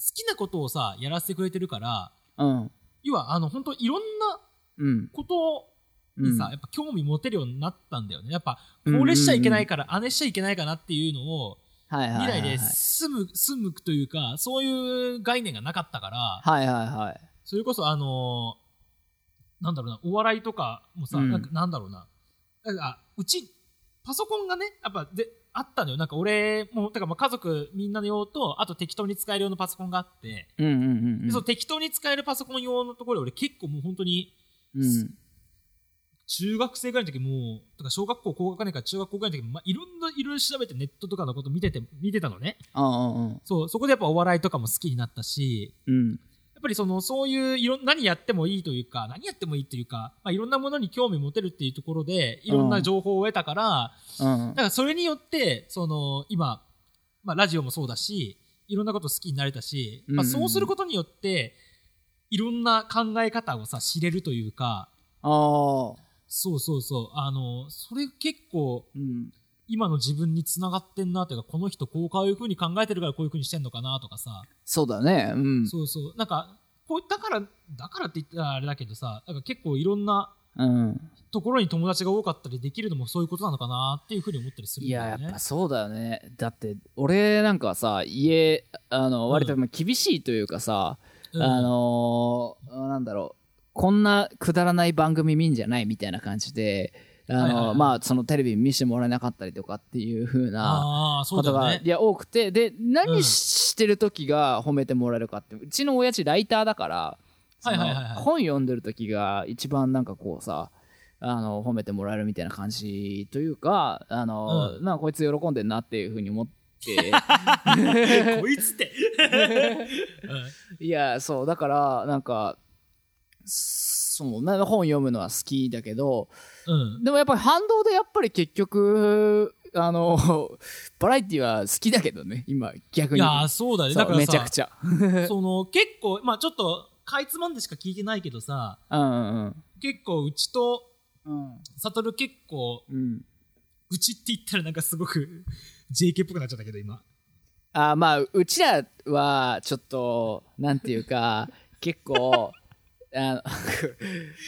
S1: 好きなことをさやらせてくれてるから
S2: うん
S1: 要はあの本当いろんな
S2: うん
S1: こと
S2: う
S1: に
S2: ん
S1: さ、やっぱ興味持てるようになったんだよねやっぱこれしちゃいけないから、あれしちゃいけないかなっていうのを
S2: はいは
S1: 未
S2: いは
S1: 来
S2: いは
S1: で
S2: い
S1: 住む住むというかそういう概念がなかったから、
S2: はいはいはい
S1: それこそあのーなんだろうな、お笑いとかもさ、
S2: うん
S1: なんかなんだろうな。なんかうち、パソコンがね、やっぱで、あったのよ。なんか俺も、てかまあ家族みんなの用と、あと適当に使える用のパソコンがあって、
S2: うんうんうんうん
S1: でその適当に使えるパソコン用のところで俺結構もう本当に、
S2: うん
S1: 中学生ぐらいの時もう、とか小学校高学年から中学校ぐらいの時も、まあ、いろんな、いろいろ調べてネットとかのこと見てて、見てたのね。
S2: あうんうん
S1: そう、そこでやっぱお笑いとかも好きになったし、
S2: うん
S1: やっぱりそのそういういろん何やってもいいというか何やってもいいというか、まあ、いろんなものに興味持てるっていうところでいろんな情報を得たから、
S2: うん
S1: だからそれによってその今、まあ、ラジオもそうだしいろんなこと好きになれたし、まあ、
S2: うんうんうん
S1: そうすることによっていろんな考え方をさ知れるというか
S2: ああ
S1: そうそうそうあのそれ結構
S2: うん
S1: 今の自分につながってんなというかこの人こうこういうふうに考えてるからこういうふうにしてんのかなとかさ
S2: そうだねうん
S1: そうそう。なんか、こう、だから、だからって言ったらあれだけどさ、なんか結構いろんな
S2: うん
S1: ところに友達が多かったりできるのもそういうことなのかなっていうふうに思ったりするん
S2: い
S1: だよね。
S2: ややっぱそうだよねだって俺なんかはさ家あの割と
S1: う
S2: 厳しいというかさ
S1: うん
S2: あ、のーなんだろうこんなくだらない番組見んじゃないみたいな感じであ
S1: はいはいは
S2: の
S1: い
S2: まあそのテレビ見せてもらえなかったりとかっていう風な
S1: ああ、そ
S2: こ
S1: うだ
S2: と
S1: よ
S2: が、
S1: ね。
S2: いや多くてで
S1: う
S2: 何
S1: ん
S2: してる時が褒めてもらえるかって、うちの親父ライターだからその
S1: はいはいはいはい
S2: 本読んでる時が一番なんかこうさあの褒めてもらえるみたいな感じというかあの、
S1: う
S2: なんかこいつ喜んでんなっていうふうに思って
S1: こいつ って。
S2: いやそうだからなんかそうな本読むのは好きだけど、
S1: うん。うん
S2: でもやっぱり反動でやっぱり結局あのバラエティは好きだけどね今逆
S1: い
S2: に
S1: やー、そうだね。
S2: そ
S1: だ
S2: う
S1: から
S2: めちゃ
S1: さ
S2: く、ちゃ
S1: その、結構、まあちょっと、かいつまんでしか聞いてないけどさ、
S2: うんうん
S1: 結構うちと、
S2: うん
S1: サトル結構、
S2: うん
S1: うちって言ったらなんかすごく JK っぽくなっちゃったけど、今。
S2: あーまあうちらはちょっとなんていうか 結構あの う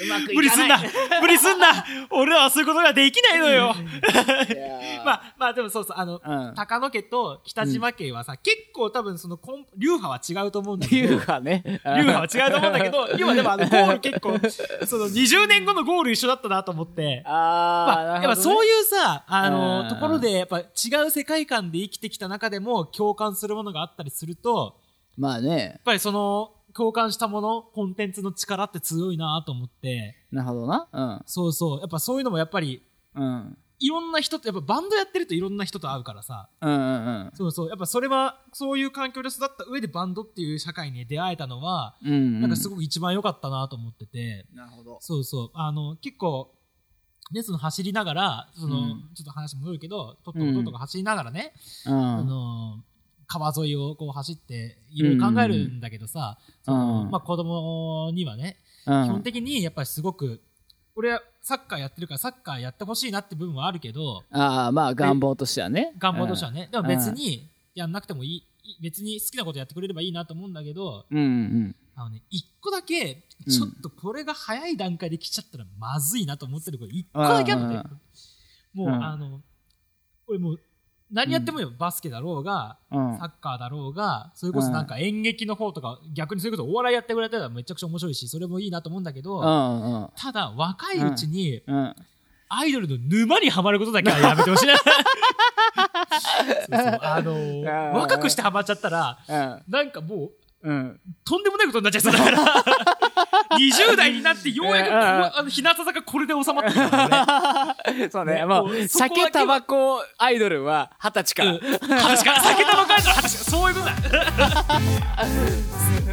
S2: まくい
S1: 無理
S2: か
S1: すん
S2: な
S1: ない無理すんな俺らはそういうことができないのよ
S2: いやー
S1: まあまあでもそうそうあの、
S2: うん
S1: 高野家と北島家はさ、結構多分そのコン流派は違うと思うんだけ
S2: 流
S1: ど
S2: 派ね流
S1: 流派は違うと思うんだけど今でもあのゴール結構その20年後のゴール一緒だったなと思ってま
S2: あ
S1: あ、
S2: ーなるほどね
S1: やっぱそういうさ、あ
S2: う
S1: の、
S2: ん
S1: ところで、やっぱ違う世界観で生きてきた中でも共感するものがあったりすると、
S2: まあね
S1: やっぱりその、共感したもの、コンテンツの力って強いなと思って、
S2: なるほどな
S1: そうそう、やっぱそういうのもやっぱり
S2: うんうん
S1: いろんな人と、やっぱバンドやってるといろんな人と会うからさ、
S2: うんうんうん
S1: そうそう、やっぱそれは、そういう環境で育った上でバンドっていう社会に出会えたのは、
S2: うんうん
S1: なんかすごく一番良かったなと思ってて、
S2: なるほど
S1: そうそう、あの、結構、ね、その走りながら、その、
S2: うん
S1: ちょっと話戻るけど、とっとこ
S2: うん
S1: とっとこ走りながらね、
S2: うん
S1: あの、川沿いをこう走って、いろいろ考えるんだけどさ、
S2: うん
S1: その
S2: うん
S1: まあ子供にはね、
S2: うん
S1: 基本的にやっぱりすごく、俺はサッカーやってるからサッカーやってほしいなって部分はあるけど、
S2: ああまあ願望としてはね
S1: 願望としてはね、でも別に、やんなくてもいいいい別に好きなことやってくれればいいなと思うんだけど
S2: うんうん
S1: あのね一個だけ
S2: うん
S1: ちょっとこれが早い段階で来ちゃったらまずいなと思ってること一個だけあって
S2: あー
S1: もう、
S2: うん
S1: あの俺もう何やってもいいよ、バスケだろうが
S2: うん
S1: サッカーだろうが、それこそなんか演劇の方とか、逆にそれこそお笑いやってくれたらめちゃくちゃ面白いし、それもいいなと思うんだけ
S2: う
S1: ど、
S2: んうん
S1: ただ若いうちに
S2: うん
S1: アイドルの沼にはまることだけはやめてほしいな。そうそうあのー
S2: あー
S1: 若くしてハマっちゃったら、
S2: うん
S1: なんかもう、
S2: うん
S1: とんでもないことになっちゃいそうだから。20代になってようやくこう
S2: うん
S1: あの日向坂がこれで収まってるからね。
S2: そうね
S1: ね
S2: も
S1: も
S2: う
S1: うそこだけは
S2: 酒タバコアイドルは二十歳か
S1: う
S2: ら、
S1: ん話が、酒とばかりの話が、そういうことだ。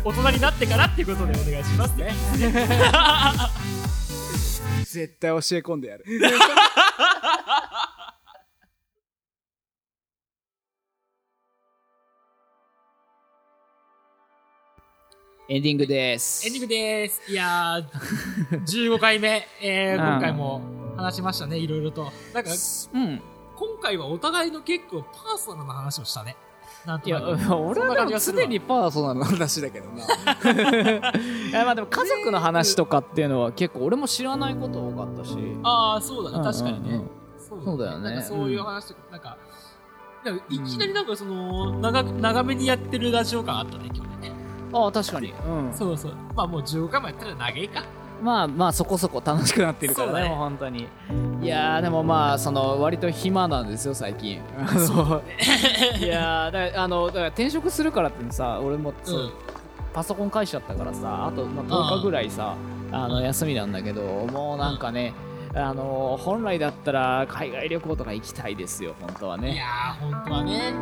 S1: 大人になってからっていうことでお願いしますね。
S2: 絶対教え込ん でやるエンディングです
S1: エンディングです。いや ー、15回目、えー
S2: うん
S1: 今回も話しましたね、いろいろと。なんか、
S2: うん
S1: 今回はお互いの結構パーソナルな話をしたね。なん
S2: い
S1: と
S2: や
S1: なく。
S2: 俺はでも
S1: そんな
S2: 常
S1: 感じ
S2: にパーソナルの話だ けどな いやまあでも家族の話とかっていうのは結構俺も知らないこと多かったし
S1: ああ、そうだね、確かにね。
S2: うんうんそうだよね
S1: なんかそういう話とか、なんか、なんかいきなりなんかその、長長めにやってるラジオ感あったね、今日ね。
S2: うんああ確かに、うん、
S1: そうそう。まあもう15回もやったら長いか。
S2: まあまあそこそこ楽しくなってるから
S1: そう
S2: ね
S1: だね
S2: もう本当にいやーでもまあその割と暇なんですよ最近あの いやーだからあのだから転職するからってさ俺もそう、
S1: うん
S2: パソコン返しちゃったからさあとまあ10日ぐらいさあの休みなんだけどもうなんかねあの本来だったら海外旅行とか行きたいですよ本当はいね
S1: やー、本当はね。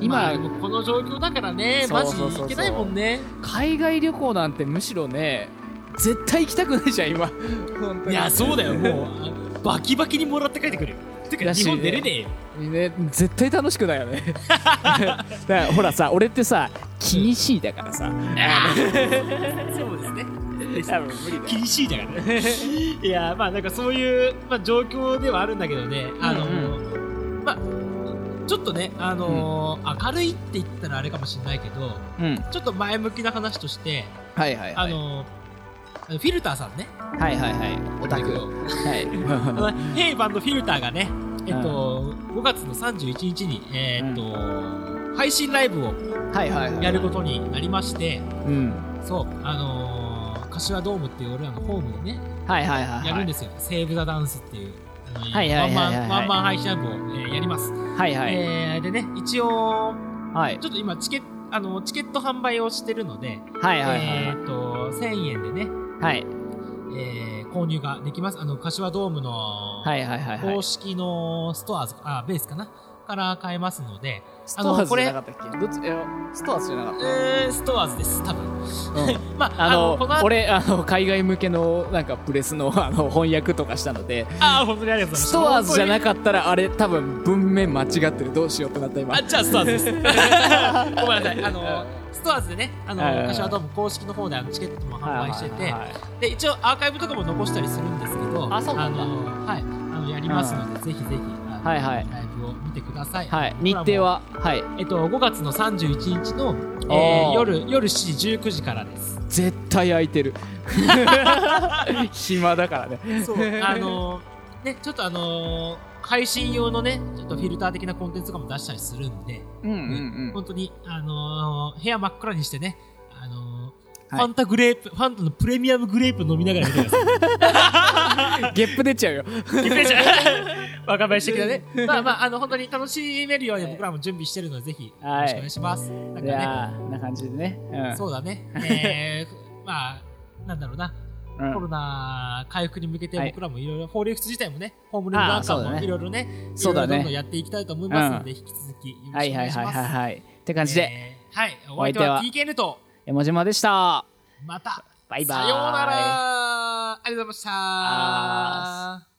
S2: 今、
S1: まあでもこの状況だからね、
S2: そう
S1: マ
S2: そう
S1: ジ
S2: そうそう
S1: いけないもんね。
S2: 海外旅行なんてむしろね絶対行きたくないじゃん今本当に
S1: いや、そうだよ、もう、あのバキバキにもらって帰ってくるよ。てか、
S2: らしい
S1: 日
S2: ね
S1: 本出れねえよ。
S2: ね、絶対楽しくないよね だからほらさ俺ってさ気にしいだからさ
S1: そうですね。
S2: 多分無理だよ
S1: 厳しいだからね。 いや、まあ、なんかそういう、まあ、状況ではあるんだけどね、あの、まあ、ちょっとね、あのー明るいって言ったらあれかもしれないけど、
S2: うん
S1: ちょっと前向きな話として、
S2: はいはいは
S1: あ
S2: い
S1: のーフィルターさんね、
S2: はいはいはいオタク
S1: あの
S2: は
S1: ヘイバンドフィルターがね、えっと、5月の31日に、えーっと、配信ライブを
S2: いはいはいはい
S1: やることになりまして、
S2: うん
S1: そう、あのー柏ドームっていう俺らのホームでね、
S2: はいはいはい
S1: や
S2: は
S1: るん
S2: い
S1: ですよ。セーブ・ザ・ダンスっていう、あの
S2: はいはいはいは
S1: ワ
S2: い
S1: ンマンワンマン配信ライブを、えーやります。
S2: はいはい
S1: えーでね、一応、
S2: はい
S1: ちょっと今、チケあの、チケット販売をしてるので、
S2: はいはい
S1: えーっと、1000円でね、
S2: はい
S1: えー購入ができます。あの、柏ドームの、
S2: はいはいはいはいは
S1: 公
S2: い
S1: 式のストアーズ、あ、ベースかなから買えますので、
S2: ス
S1: あ
S2: トアー
S1: の
S2: ズ
S1: こ
S2: じゃ
S1: れ
S2: なかったっけどっちえストアーズじゃなかっ
S1: えー、ストアーズです、多分。
S2: た、うん
S1: まあ、
S2: あの
S1: この後、
S2: 俺あの海外向けのなんかプレスのあの翻訳とかしたので
S1: あー、本当にありがとうございます。
S2: ストアーズじゃな
S1: く
S2: かったらあれ多分文面間違ってるどうしようってなった今
S1: あ、じゃあストアーズ です。ごめんなさい。あの、ストアーズでね、あの、
S2: はいはいはい
S1: 柏ドーム公式の方であのチケットも販売して
S2: はい
S1: て
S2: は、いはい
S1: で、一応アーカイブとかも残したりするんですけど、
S2: あそうなんだ
S1: の、はい、あの、やりますので、ぜひぜひ、あの
S2: はいはい
S1: ライブを見てください。
S2: はい、日程は、はい、
S1: えっと、5月の31日の、え
S2: おー
S1: ー、夜、夜7時、19時からです。
S2: 絶対空 いてる。暇だからね。
S1: そう、あのーね、ちょっとあのー配信用のね、ちょっとフィルター的なコンテンツとかも出したりするんで、
S2: うんうんうん。
S1: 本当に、あのー部屋真っ暗にしてね、あのー
S2: はい
S1: ファンタグレープ、ファンタのプレミアムグレープ飲みながら見てください。
S2: ゲップ出ちゃうよ。
S1: びっくりしちゃう若林的なね。 まあまあ、あの、本当に楽しめるように僕らも準備してるので、ぜひ、よ
S2: はい
S1: ろしくお願いします。なんか
S2: い
S1: ね、
S2: やー、な感じでね。うん
S1: そうだね。えー、まあ、なんだろうな。
S2: うん
S1: コロナ回復に向けて
S2: はい
S1: 僕らもいろいろ、フォーリーフ自体もね、ホームルーム
S2: あ
S1: ワ
S2: あ
S1: ーカ
S2: そう
S1: ー
S2: だ
S1: も
S2: ね
S1: いろいろね、
S2: そうだね
S1: いろいろどんどんやっていきたいと思いますので、引き続きよろ
S2: は
S1: し
S2: い
S1: くお
S2: は
S1: 願
S2: い
S1: いし
S2: はい
S1: ます。
S2: はいはい。って感じで、
S1: えーはい、お相手は
S2: お相
S1: TKN と、
S2: 江本島でした。
S1: また、
S2: バイバーイ
S1: さようならありがとうございました
S2: あ